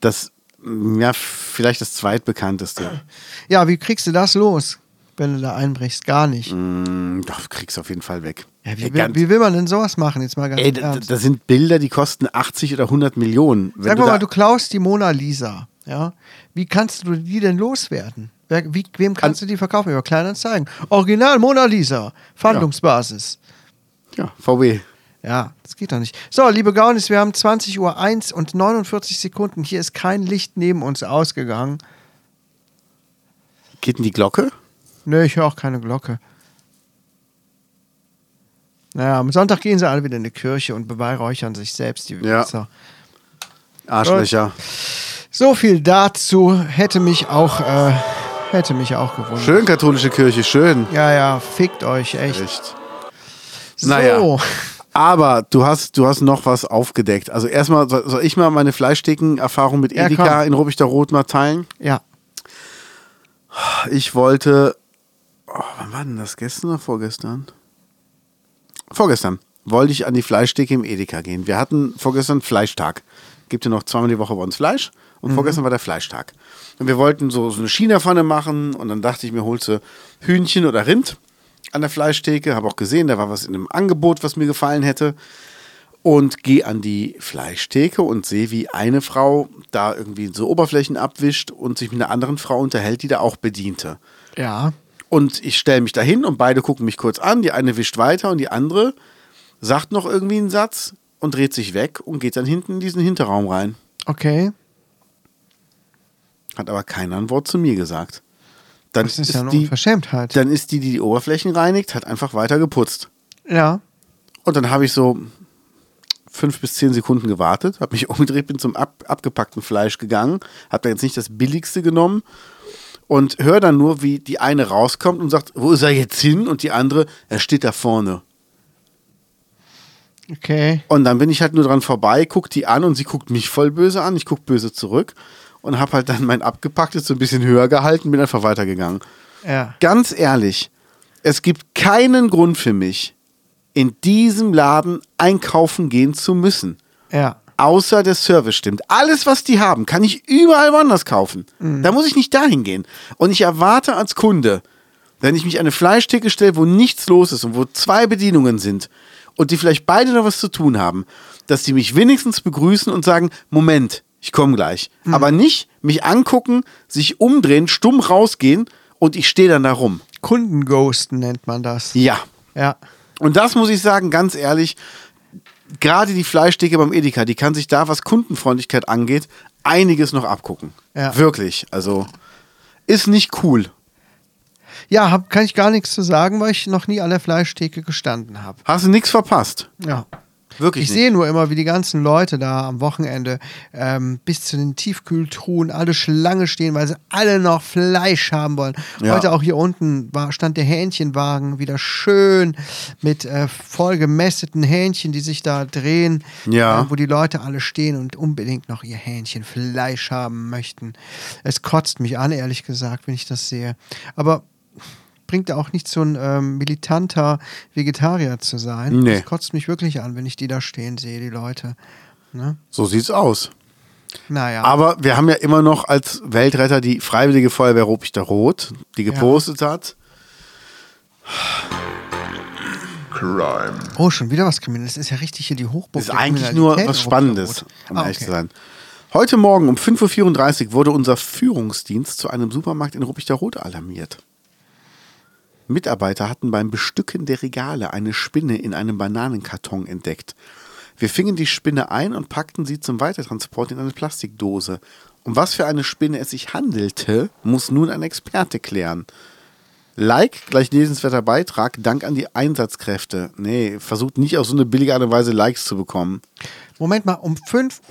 B: das ja, vielleicht das zweitbekannteste.
A: Ja, wie kriegst du das los, wenn du da einbrichst? Gar nicht.
B: Hm, Doch, kriegst auf jeden Fall weg.
A: Ja, wie,
B: Ey,
A: will,
B: ganz-
A: wie will man denn sowas machen? Jetzt mal ganz
B: Ey, da,
A: ernst.
B: da sind Bilder, die kosten 80 oder 100 Millionen. Wenn
A: Sag mal,
B: da-
A: mal, du klaust die Mona Lisa. Ja? Wie kannst du die denn loswerden? Wer, wie, wem kannst du die verkaufen? Über Kleinanzeigen. Original Mona Lisa. Fahndungsbasis.
B: ja, VW.
A: Ja. das geht doch nicht. So, liebe Gaunis, wir haben 20 Uhr 1 und 49 Sekunden. Hier ist kein Licht neben uns ausgegangen.
B: Geht in die Glocke?
A: Nö, ich höre auch keine Glocke. Naja, am Sonntag gehen sie alle wieder in die Kirche und beweihräuchern sich selbst, die
B: Ja.
A: Wichser.
B: Arschlöcher.
A: So viel dazu. Hätte mich auch, äh, hätte mich auch gewundert.
B: Schön, katholische Kirche, schön.
A: Ja, ja, fickt euch, echt.
B: Echt.
A: So.
B: Naja. Aber du hast, du hast noch was aufgedeckt. Also erstmal soll, soll ich mal meine Fleischdecken-Erfahrung mit
A: Ja,
B: Edeka
A: komm.
B: in Rubichteroth mal teilen.
A: Ja.
B: Ich wollte. Oh, wann war denn das? Gestern oder vorgestern? Vorgestern wollte ich an die Fleischdecke im Edeka gehen. Wir hatten vorgestern Fleischtag. Gibt ja noch zweimal die Woche bei uns Fleisch. Und vorgestern war der Fleischtag. Und wir wollten so, so eine China-Pfanne machen. Und dann dachte ich mir, holst du Hühnchen oder Rind an der Fleischtheke. Habe auch gesehen, da war was in einem Angebot, was mir gefallen hätte und gehe an die Fleischtheke und sehe, wie eine Frau da irgendwie so Oberflächen abwischt und sich mit einer anderen Frau unterhält, die da auch bediente.
A: Ja.
B: Und ich stelle mich dahin und beide gucken mich kurz an. Die eine wischt weiter und die andere sagt noch irgendwie einen Satz und dreht sich weg und geht dann hinten in diesen Hinterraum rein.
A: Okay.
B: Hat aber keiner ein Wort zu mir gesagt. Dann
A: Das ist, ja eine
B: die,
A: Unverschämtheit.
B: dann ist die, die die Oberflächen reinigt, hat einfach weiter geputzt.
A: Ja.
B: Und dann habe ich so fünf bis zehn Sekunden gewartet, habe mich umgedreht, bin zum ab, abgepackten Fleisch gegangen, habe da jetzt nicht das billigste genommen und höre dann nur, wie die eine rauskommt und sagt, wo ist er jetzt hin? Und die andere, er steht da vorne.
A: Okay.
B: Und dann bin ich halt nur dran vorbei, guck die an und sie guckt mich voll böse an, ich guck böse zurück und habe halt dann mein abgepacktes so ein bisschen höher gehalten, bin einfach weitergegangen.
A: Ja.
B: Ganz ehrlich, es gibt keinen Grund für mich, in diesem Laden einkaufen gehen zu müssen.
A: Ja.
B: Außer der Service stimmt. Alles, was die haben, kann ich überall woanders kaufen. Da muss ich nicht dahin gehen. Und ich erwarte als Kunde, wenn ich mich an eine Fleischtheke stelle, wo nichts los ist und wo zwei Bedienungen sind und die vielleicht beide noch was zu tun haben, dass die mich wenigstens begrüßen und sagen, Moment, ich komme gleich. Aber nicht mich angucken, sich umdrehen, stumm rausgehen und ich stehe dann da rum.
A: Kundenghosten nennt man das.
B: Ja.
A: Ja.
B: Und das muss ich sagen, ganz ehrlich, gerade die Fleischdicke beim Edeka, die kann sich da, was Kundenfreundlichkeit angeht, einiges noch abgucken.
A: Ja.
B: Wirklich. Also ist nicht cool.
A: Ja, hab, kann ich gar nichts zu sagen, weil ich noch nie an der Fleischtheke gestanden habe.
B: Hast du nichts verpasst.
A: Ja.
B: Wirklich.
A: Ich
B: nicht.
A: sehe nur immer, wie die ganzen Leute da am Wochenende ähm, bis zu den Tiefkühltruhen alle Schlange stehen, weil sie alle noch Fleisch haben wollen.
B: Ja.
A: Heute auch hier unten war, stand der Hähnchenwagen wieder schön mit äh, vollgemesseten Hähnchen, die sich da drehen,
B: Ja.
A: äh, wo die Leute alle stehen und unbedingt noch ihr Hähnchen Fleisch haben möchten. Es kotzt mich an, ehrlich gesagt, wenn ich das sehe. Aber bringt da auch nicht so ein ähm, militanter Vegetarier zu sein.
B: Nee.
A: Das kotzt mich wirklich an, wenn ich die da stehen sehe, die Leute. Ne?
B: So sieht's aus.
A: Naja.
B: Aber wir haben ja immer noch als Weltretter die Freiwillige Feuerwehr Rupichter Rot, die gepostet hat.
D: crime,
A: oh, schon wieder was Kriminelles. Das ist ja richtig hier die Hochburg.
B: Ist
A: der
B: eigentlich nur
A: Kriminalität,
B: was
A: Rote
B: Spannendes,
A: Rot.
B: um
A: ah,
B: ehrlich
A: okay.
B: zu sein. Heute Morgen um 5.34 Uhr wurde unser Führungsdienst zu einem Supermarkt in Ruppichteroth alarmiert. Mitarbeiter hatten beim Bestücken der Regale eine Spinne in einem Bananenkarton entdeckt. Wir fingen die Spinne ein und packten sie zum Weitertransport in eine Plastikdose. Um was für eine Spinne es sich handelte, muss nun ein Experte klären. Like, gleich lesenswerter Beitrag, Dank an die Einsatzkräfte. Nee, versucht nicht auf so eine billige Art und Weise Likes zu bekommen.
A: Moment mal, um 5.34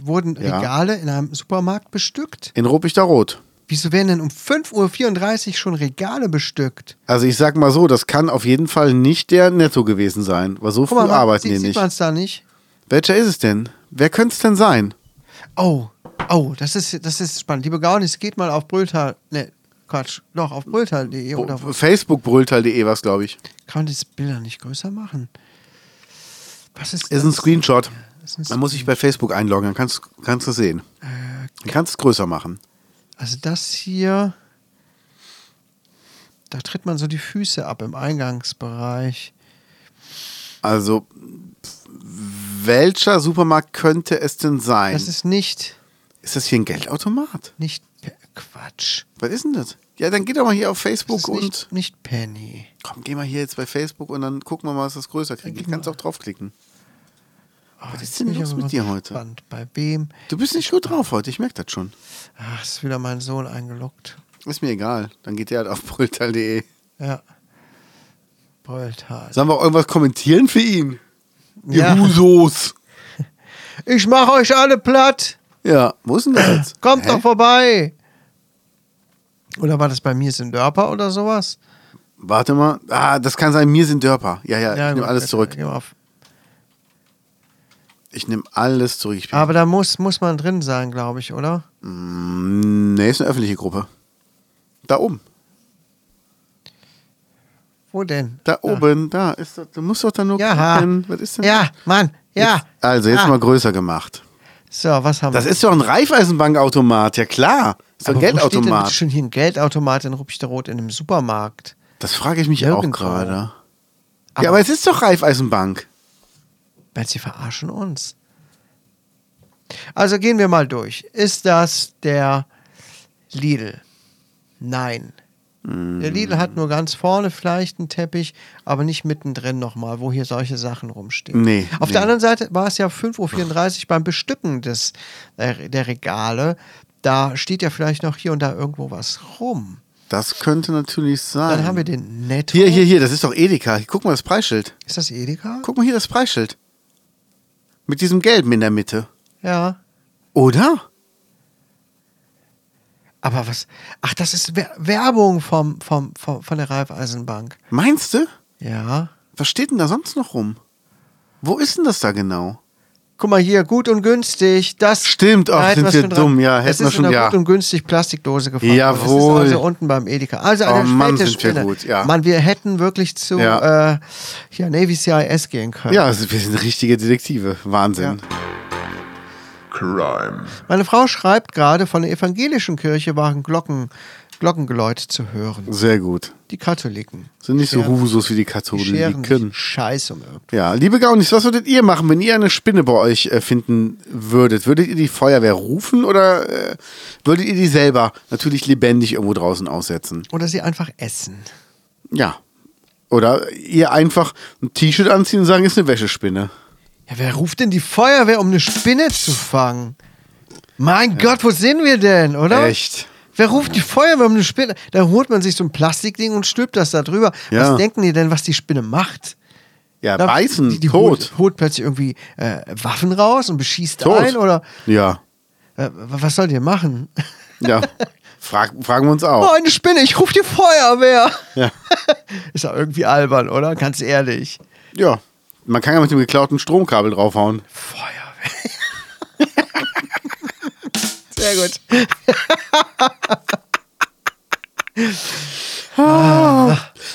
A: Uhr wurden
B: Ja.
A: Regale in einem Supermarkt bestückt.
B: In Ruppichteroth.
A: Wieso werden denn um 5.34 Uhr schon Regale bestückt?
B: Also ich sag mal so, das kann auf jeden Fall nicht der Netto gewesen sein, weil so früh
A: man-
B: arbeiten
A: sieht,
B: die
A: sieht
B: nicht.
A: man es da nicht?
B: Welcher ist es denn? Wer könnte es denn sein?
A: Oh, oh, das ist, das ist spannend. Liebe Gaunis, geht mal auf Brülltal. Ne, Quatsch. Doch, auf brülltal.de oder wo?
B: Facebookbrülltal.de war es, glaube ich.
A: Kann man das Bilder nicht größer machen? Was ist,
B: Ist ein
A: das?
B: Screenshot.
A: Ist ein
B: Dann muss ich bei Facebook einloggen, dann kannst du kannst es sehen.
A: Äh,
B: Du kannst es größer machen.
A: Also das hier, da tritt man so die Füße ab im Eingangsbereich.
B: Also, welcher Supermarkt könnte es denn sein?
A: Das
B: Ist,
A: ist nicht,
B: das hier ein Geldautomat?
A: nicht Quatsch.
B: Was ist denn das? Ja, dann geh doch mal hier auf
A: Das
B: Facebook
A: ist
B: und.
A: nicht, nicht Penny.
B: Komm, geh mal hier jetzt bei Facebook und dann gucken wir mal, was das größer kriegt. Ich kann es auch draufklicken.
A: Oh,
B: ist
A: jetzt
B: denn
A: bin ich
B: los
A: aber
B: mit
A: mal
B: dir heute?
A: gespannt, Bei wem?
B: Du bist nicht gut drauf heute, ich merke das schon.
A: Ach, ist wieder mein Sohn eingeloggt.
B: Ist mir egal. Dann geht der halt auf brülltal.de.
A: Ja. Brülltal.
B: Sollen wir auch irgendwas kommentieren für ihn? Ihr
A: Ja.
B: Husos!
A: Ich mach euch alle platt.
B: Ja, wo ist denn das jetzt?
A: Kommt
B: Hä?
A: doch vorbei. Oder war das bei mir ist in Dörper oder sowas?
B: Äh, Warte mal. Ah, das kann sein, mir sind Dörper. Ja, ja, ich nehme
A: gut,
B: alles
A: jetzt,
B: zurück.
A: geh mal auf.
B: Ich nehme alles zurück. Ich bin,
A: Aber da muss, muss man drin sein, glaube ich, oder?
B: Mm, nee, ist eine öffentliche Gruppe. Da oben.
A: Wo denn?
B: Da oben, da ist das, Du musst doch da nur
A: Ah. Ja.
B: gucken. Was ist denn?
A: Ja, Mann. Ja.
B: Jetzt, also jetzt
A: Ah.
B: mal größer gemacht.
A: So, was haben
B: Das
A: wir?
B: ist doch ein Reifeisenbankautomat, ja klar. Ist doch
A: Aber Wo steht
B: ein
A: denn bitte
B: Geldautomat.
A: schon hier ein Geldautomat in Rupchterot in einem Supermarkt?
B: Das frage ich mich
A: Nirgendwo.
B: auch gerade.
A: Aber-
B: Ja, aber es ist doch Reifeisenbank.
A: Weil sie verarschen uns. Also gehen wir mal durch. Ist das der Lidl? Nein. Der
B: Mm.
A: Lidl hat nur ganz vorne vielleicht einen Teppich, aber nicht mittendrin nochmal, wo hier solche Sachen rumstehen.
B: Nee,
A: Auf
B: nee.
A: der anderen Seite war es ja 5.34 Uhr beim Bestücken des, der, der Regale. Da steht ja vielleicht noch hier und da irgendwo was rum.
B: Das könnte natürlich sein.
A: Dann haben wir den Netto.
B: hier, hier, hier, das ist doch Edeka. Guck mal das Preisschild.
A: Ist das Edeka?
B: Guck mal hier das Preisschild. Mit diesem Gelben in der Mitte.
A: Ja.
B: Oder?
A: Aber was? Ach, das ist Wer- Werbung vom, vom, vom, von der Raiffeisenbank.
B: Meinst du?
A: Ja.
B: Was steht denn da sonst noch rum? Wo ist denn das da genau?
A: Guck mal hier, gut und günstig. Das
B: Stimmt, ach,
A: Nein,
B: sind
A: was
B: wir
A: für ein Dra-
B: dumm, ja, hätten
A: es
B: wir
A: ist
B: schon-
A: in einer
B: ja.
A: gut und günstig Plastikdose gefunden.
B: Jawohl.
A: Das ist also unten beim Edeka. Also eine
B: Oh Mann,
A: späte
B: sind wir
A: Spinne.
B: gut, ja.
A: Mann, wir hätten wirklich zu
B: Ja.
A: äh, ja, Navy CIS gehen können.
B: Ja, also wir sind richtige Detektive. Wahnsinn.
D: Crime.
A: Meine Frau schreibt gerade, von der evangelischen Kirche waren Glocken, Glockengeläut zu hören.
B: Sehr gut.
A: Die Katholiken.
B: Sind nicht so
A: Scheren-
B: Husos wie die
A: die scheren
B: Katholiken.
A: sich Scheiß um irgendwas.
B: Ja, liebe Gaunis, was würdet ihr machen, wenn ihr eine Spinne bei euch äh, finden würdet? Würdet ihr die Feuerwehr rufen oder äh, würdet ihr die selber natürlich lebendig irgendwo draußen aussetzen?
A: Oder sie einfach essen.
B: Ja. Oder ihr einfach ein T-Shirt anziehen und sagen, ist eine Wäschespinne.
A: Ja, wer ruft denn die Feuerwehr, um eine Spinne zu fangen? Mein Gott, wo sind wir denn, oder?
B: Echt.
A: Wer ruft die Feuerwehr um eine Spinne? Da holt man sich so ein Plastikding und stülpt das da drüber.
B: Ja.
A: Was denken die denn, was die Spinne macht?
B: Ja,
A: Na,
B: beißen,
A: die, die
B: tot.
A: Holt, holt plötzlich irgendwie äh, Waffen raus und beschießt
B: Tot.
A: ein oder
B: Ja.
A: äh, was sollt ihr machen?
B: Ja. Frag, fragen wir uns
A: Oh,
B: auch.
A: eine Spinne, ich rufe die Feuerwehr.
B: Ja.
A: Ist ja irgendwie albern, oder? Ganz ehrlich.
B: ja. Man kann ja mit dem geklauten Stromkabel draufhauen.
A: Feuerwehr. Sehr gut.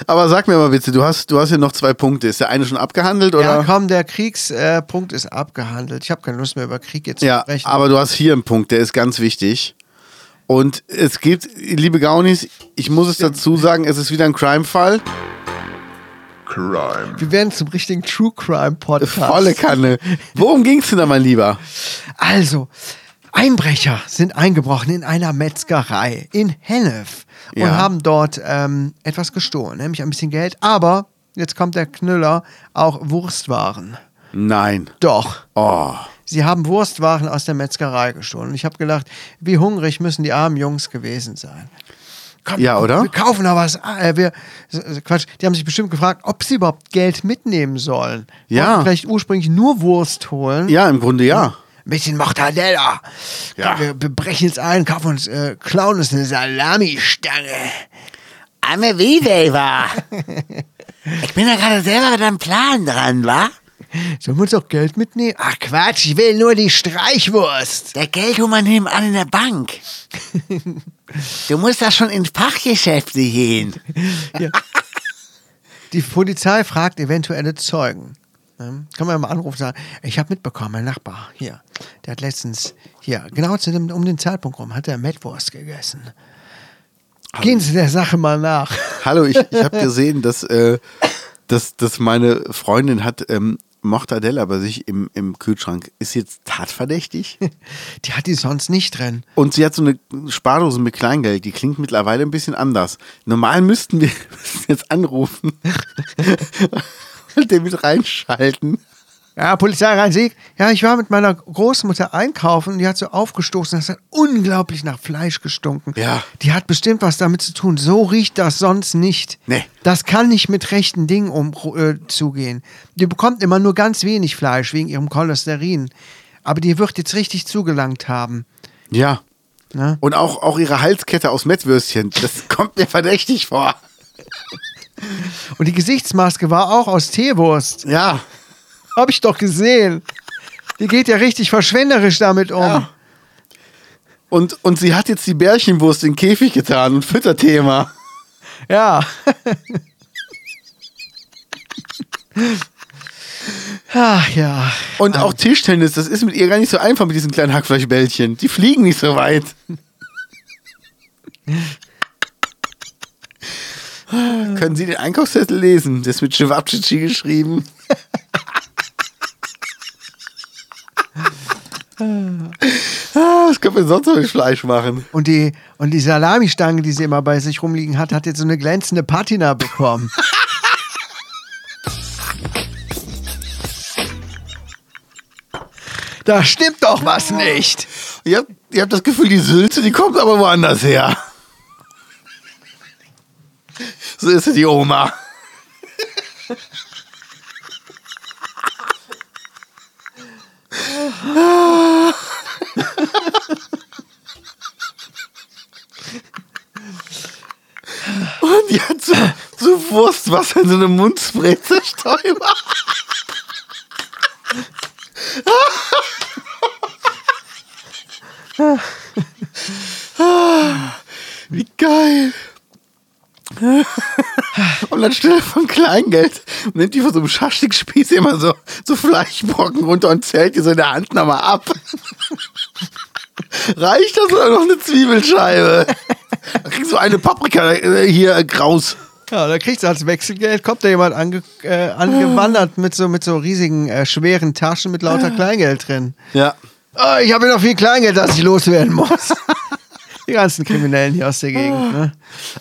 B: Aber sag mir mal bitte, du hast, du hast hier noch zwei Punkte. Ist der eine schon abgehandelt oder?
A: Ja, komm, der Kriegspunkt äh, Punkt ist abgehandelt. Ich habe keine Lust mehr über Krieg jetzt
B: Ja,
A: zu sprechen.
B: aber du hast hier einen Punkt, der ist ganz wichtig. Und es gibt, liebe Gaunis, ich muss es dazu sagen, es ist wieder ein Crime-Fall.
D: Crime.
A: wir werden zum richtigen True Crime Podcast.
B: Volle Kanne. Worum ging's denn da, mein Lieber?
A: Also, Einbrecher sind eingebrochen in einer Metzgerei in Hennef und
B: Ja.
A: haben dort ähm, etwas gestohlen, nämlich ein bisschen Geld. Aber jetzt kommt der Knüller, auch Wurstwaren.
B: Nein.
A: Doch.
B: Oh.
A: Sie haben Wurstwaren aus der Metzgerei gestohlen. Und ich habe gedacht, wie hungrig müssen die armen Jungs gewesen sein. Komm,
B: Ja, oder?
A: Wir kaufen da was. Ah, Äh, wir, s- s- Quatsch, die haben sich bestimmt gefragt, ob sie überhaupt Geld mitnehmen sollen.
B: Ja.
A: Wollten Vielleicht ursprünglich nur Wurst holen.
B: Ja, im Grunde ja.
A: Ein bisschen Mortadella.
B: Ja.
A: Komm, wir, wir brechen jetzt ein, kaufen uns, äh, klauen uns eine Salamistange.
C: Arme Wiebel war. Ich bin ja gerade selber mit einem Plan dran, wa?
A: Sollen wir uns auch Geld mitnehmen? Ach Quatsch, ich will nur die Streichwurst.
C: Der Geld holt man nebenan in der Bank. Du musst da schon ins Fachgeschäfte gehen.
A: Die Polizei fragt eventuelle Zeugen. Ne? Kann man ja mal anrufen und sagen, ich habe mitbekommen, mein Nachbar hier, der hat letztens hier, genau zu dem, um den Zeitpunkt rum, hat er Mettwurst gegessen. Gehen Sie der Sache mal nach.
B: Hallo, ich, ich habe gesehen, dass, äh, dass, dass meine Freundin hat ähm, Mortadella bei sich im, im Kühlschrank. Ist jetzt tatverdächtig?
A: Die hat die sonst nicht drin.
B: Und sie hat so eine Spardose mit Kleingeld. Die klingt mittlerweile ein bisschen anders. Normal müssten wir müssten jetzt anrufen und den mit reinschalten.
A: Ja, Polizei Rhein-Sieg. Ja, ich war mit meiner Großmutter einkaufen und die hat so aufgestoßen, das hat unglaublich nach Fleisch gestunken.
B: Ja.
A: Die hat bestimmt was damit zu tun. So riecht das sonst nicht.
B: Nee.
A: Das kann nicht mit rechten Dingen um, äh, zugehen. Die bekommt immer nur ganz wenig Fleisch wegen ihrem Cholesterin. Aber die wird jetzt richtig zugelangt haben.
B: Ja.
A: Ne?
B: Und auch, auch ihre Halskette aus Mettwürstchen. Das kommt mir verdächtig vor.
A: Und die Gesichtsmaske war auch aus Teewurst.
B: Ja.
A: Hab ich doch gesehen. Die geht ja richtig verschwenderisch damit um.
B: Ja. Und, und sie hat jetzt die Bärchenwurst in den Käfig getan und Fütterthema.
A: Ja. Ach ja.
B: Und auch Tischtennis, das ist mit ihr gar nicht so einfach mit diesen kleinen Hackfleischbällchen. Die fliegen nicht so weit. Können Sie den Einkaufszettel lesen? Der ist mit Schwabschitschi geschrieben. Ah, Was können wir sonst noch mit Fleisch machen?
A: Und die, und die Salamistange, die sie immer bei sich rumliegen hat, hat jetzt so eine glänzende Patina bekommen. da stimmt doch was nicht.
B: Ihr habt, ihr habt das Gefühl, die Sülze, die kommt aber woanders her. So ist sie, die Oma. Und die hat so, so Wurstwasser in so einem Mundspray zerstäuber. Wie geil. Und anstelle von Kleingeld nimmt die von so einem Schaschlikspieß immer so, so Fleischbrocken runter und zählt die so in der Hand nochmal ab. Reicht das oder noch eine Zwiebelscheibe? Da kriegst du eine Paprika äh, hier äh, graus.
A: Ja, da kriegst du als Wechselgeld, kommt da jemand ange, äh, angewandert mit so, mit so riesigen, äh, schweren Taschen mit lauter Kleingeld drin.
B: Ja.
A: Oh, ich habe ja noch viel Kleingeld, das ich loswerden muss. Die ganzen Kriminellen hier aus der Gegend. Ne?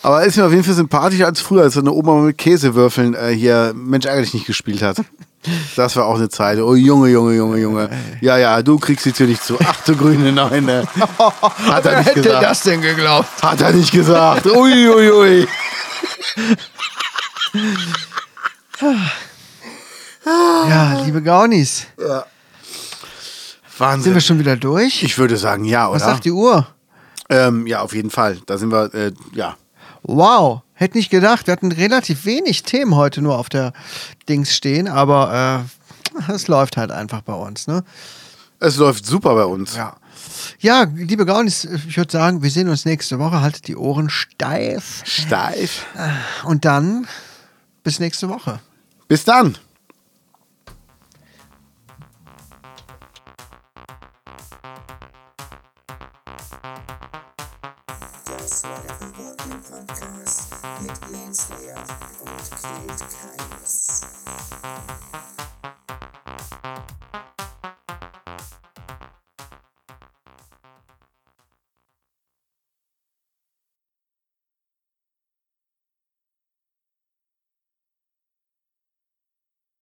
B: Aber ist mir auf jeden Fall sympathischer als früher, als so eine Oma mit Käsewürfeln äh, hier Mensch ärgerlich nicht gespielt hat. Das war auch eine Zeit. Oh Junge, Junge, Junge, Junge. Ja, ja, du kriegst die Tür nicht zu. Ach du grüne Neune. Hat er
A: Wer
B: nicht
A: hätte
B: gesagt.
A: das denn geglaubt?
B: Hat er nicht gesagt. Ui, ui, ui.
A: Ja, liebe Gaunis, sind wir
B: Wahnsinn.
A: schon wieder durch?
B: Ich würde sagen, ja, oder?
A: Was sagt die Uhr?
B: ähm, ja, auf jeden Fall. Da sind wir, äh, ja.
A: Wow, hätte nicht gedacht. Wir hatten relativ wenig Themen heute nur auf der Dings stehen, aber äh, es läuft halt einfach bei uns. Ne?
B: Es läuft super bei uns.
A: Ja. Ja, liebe Gaunis, ich würde sagen, wir sehen uns nächste Woche. Haltet die Ohren steif.
B: Steif.
A: Und dann bis nächste Woche.
B: Bis dann.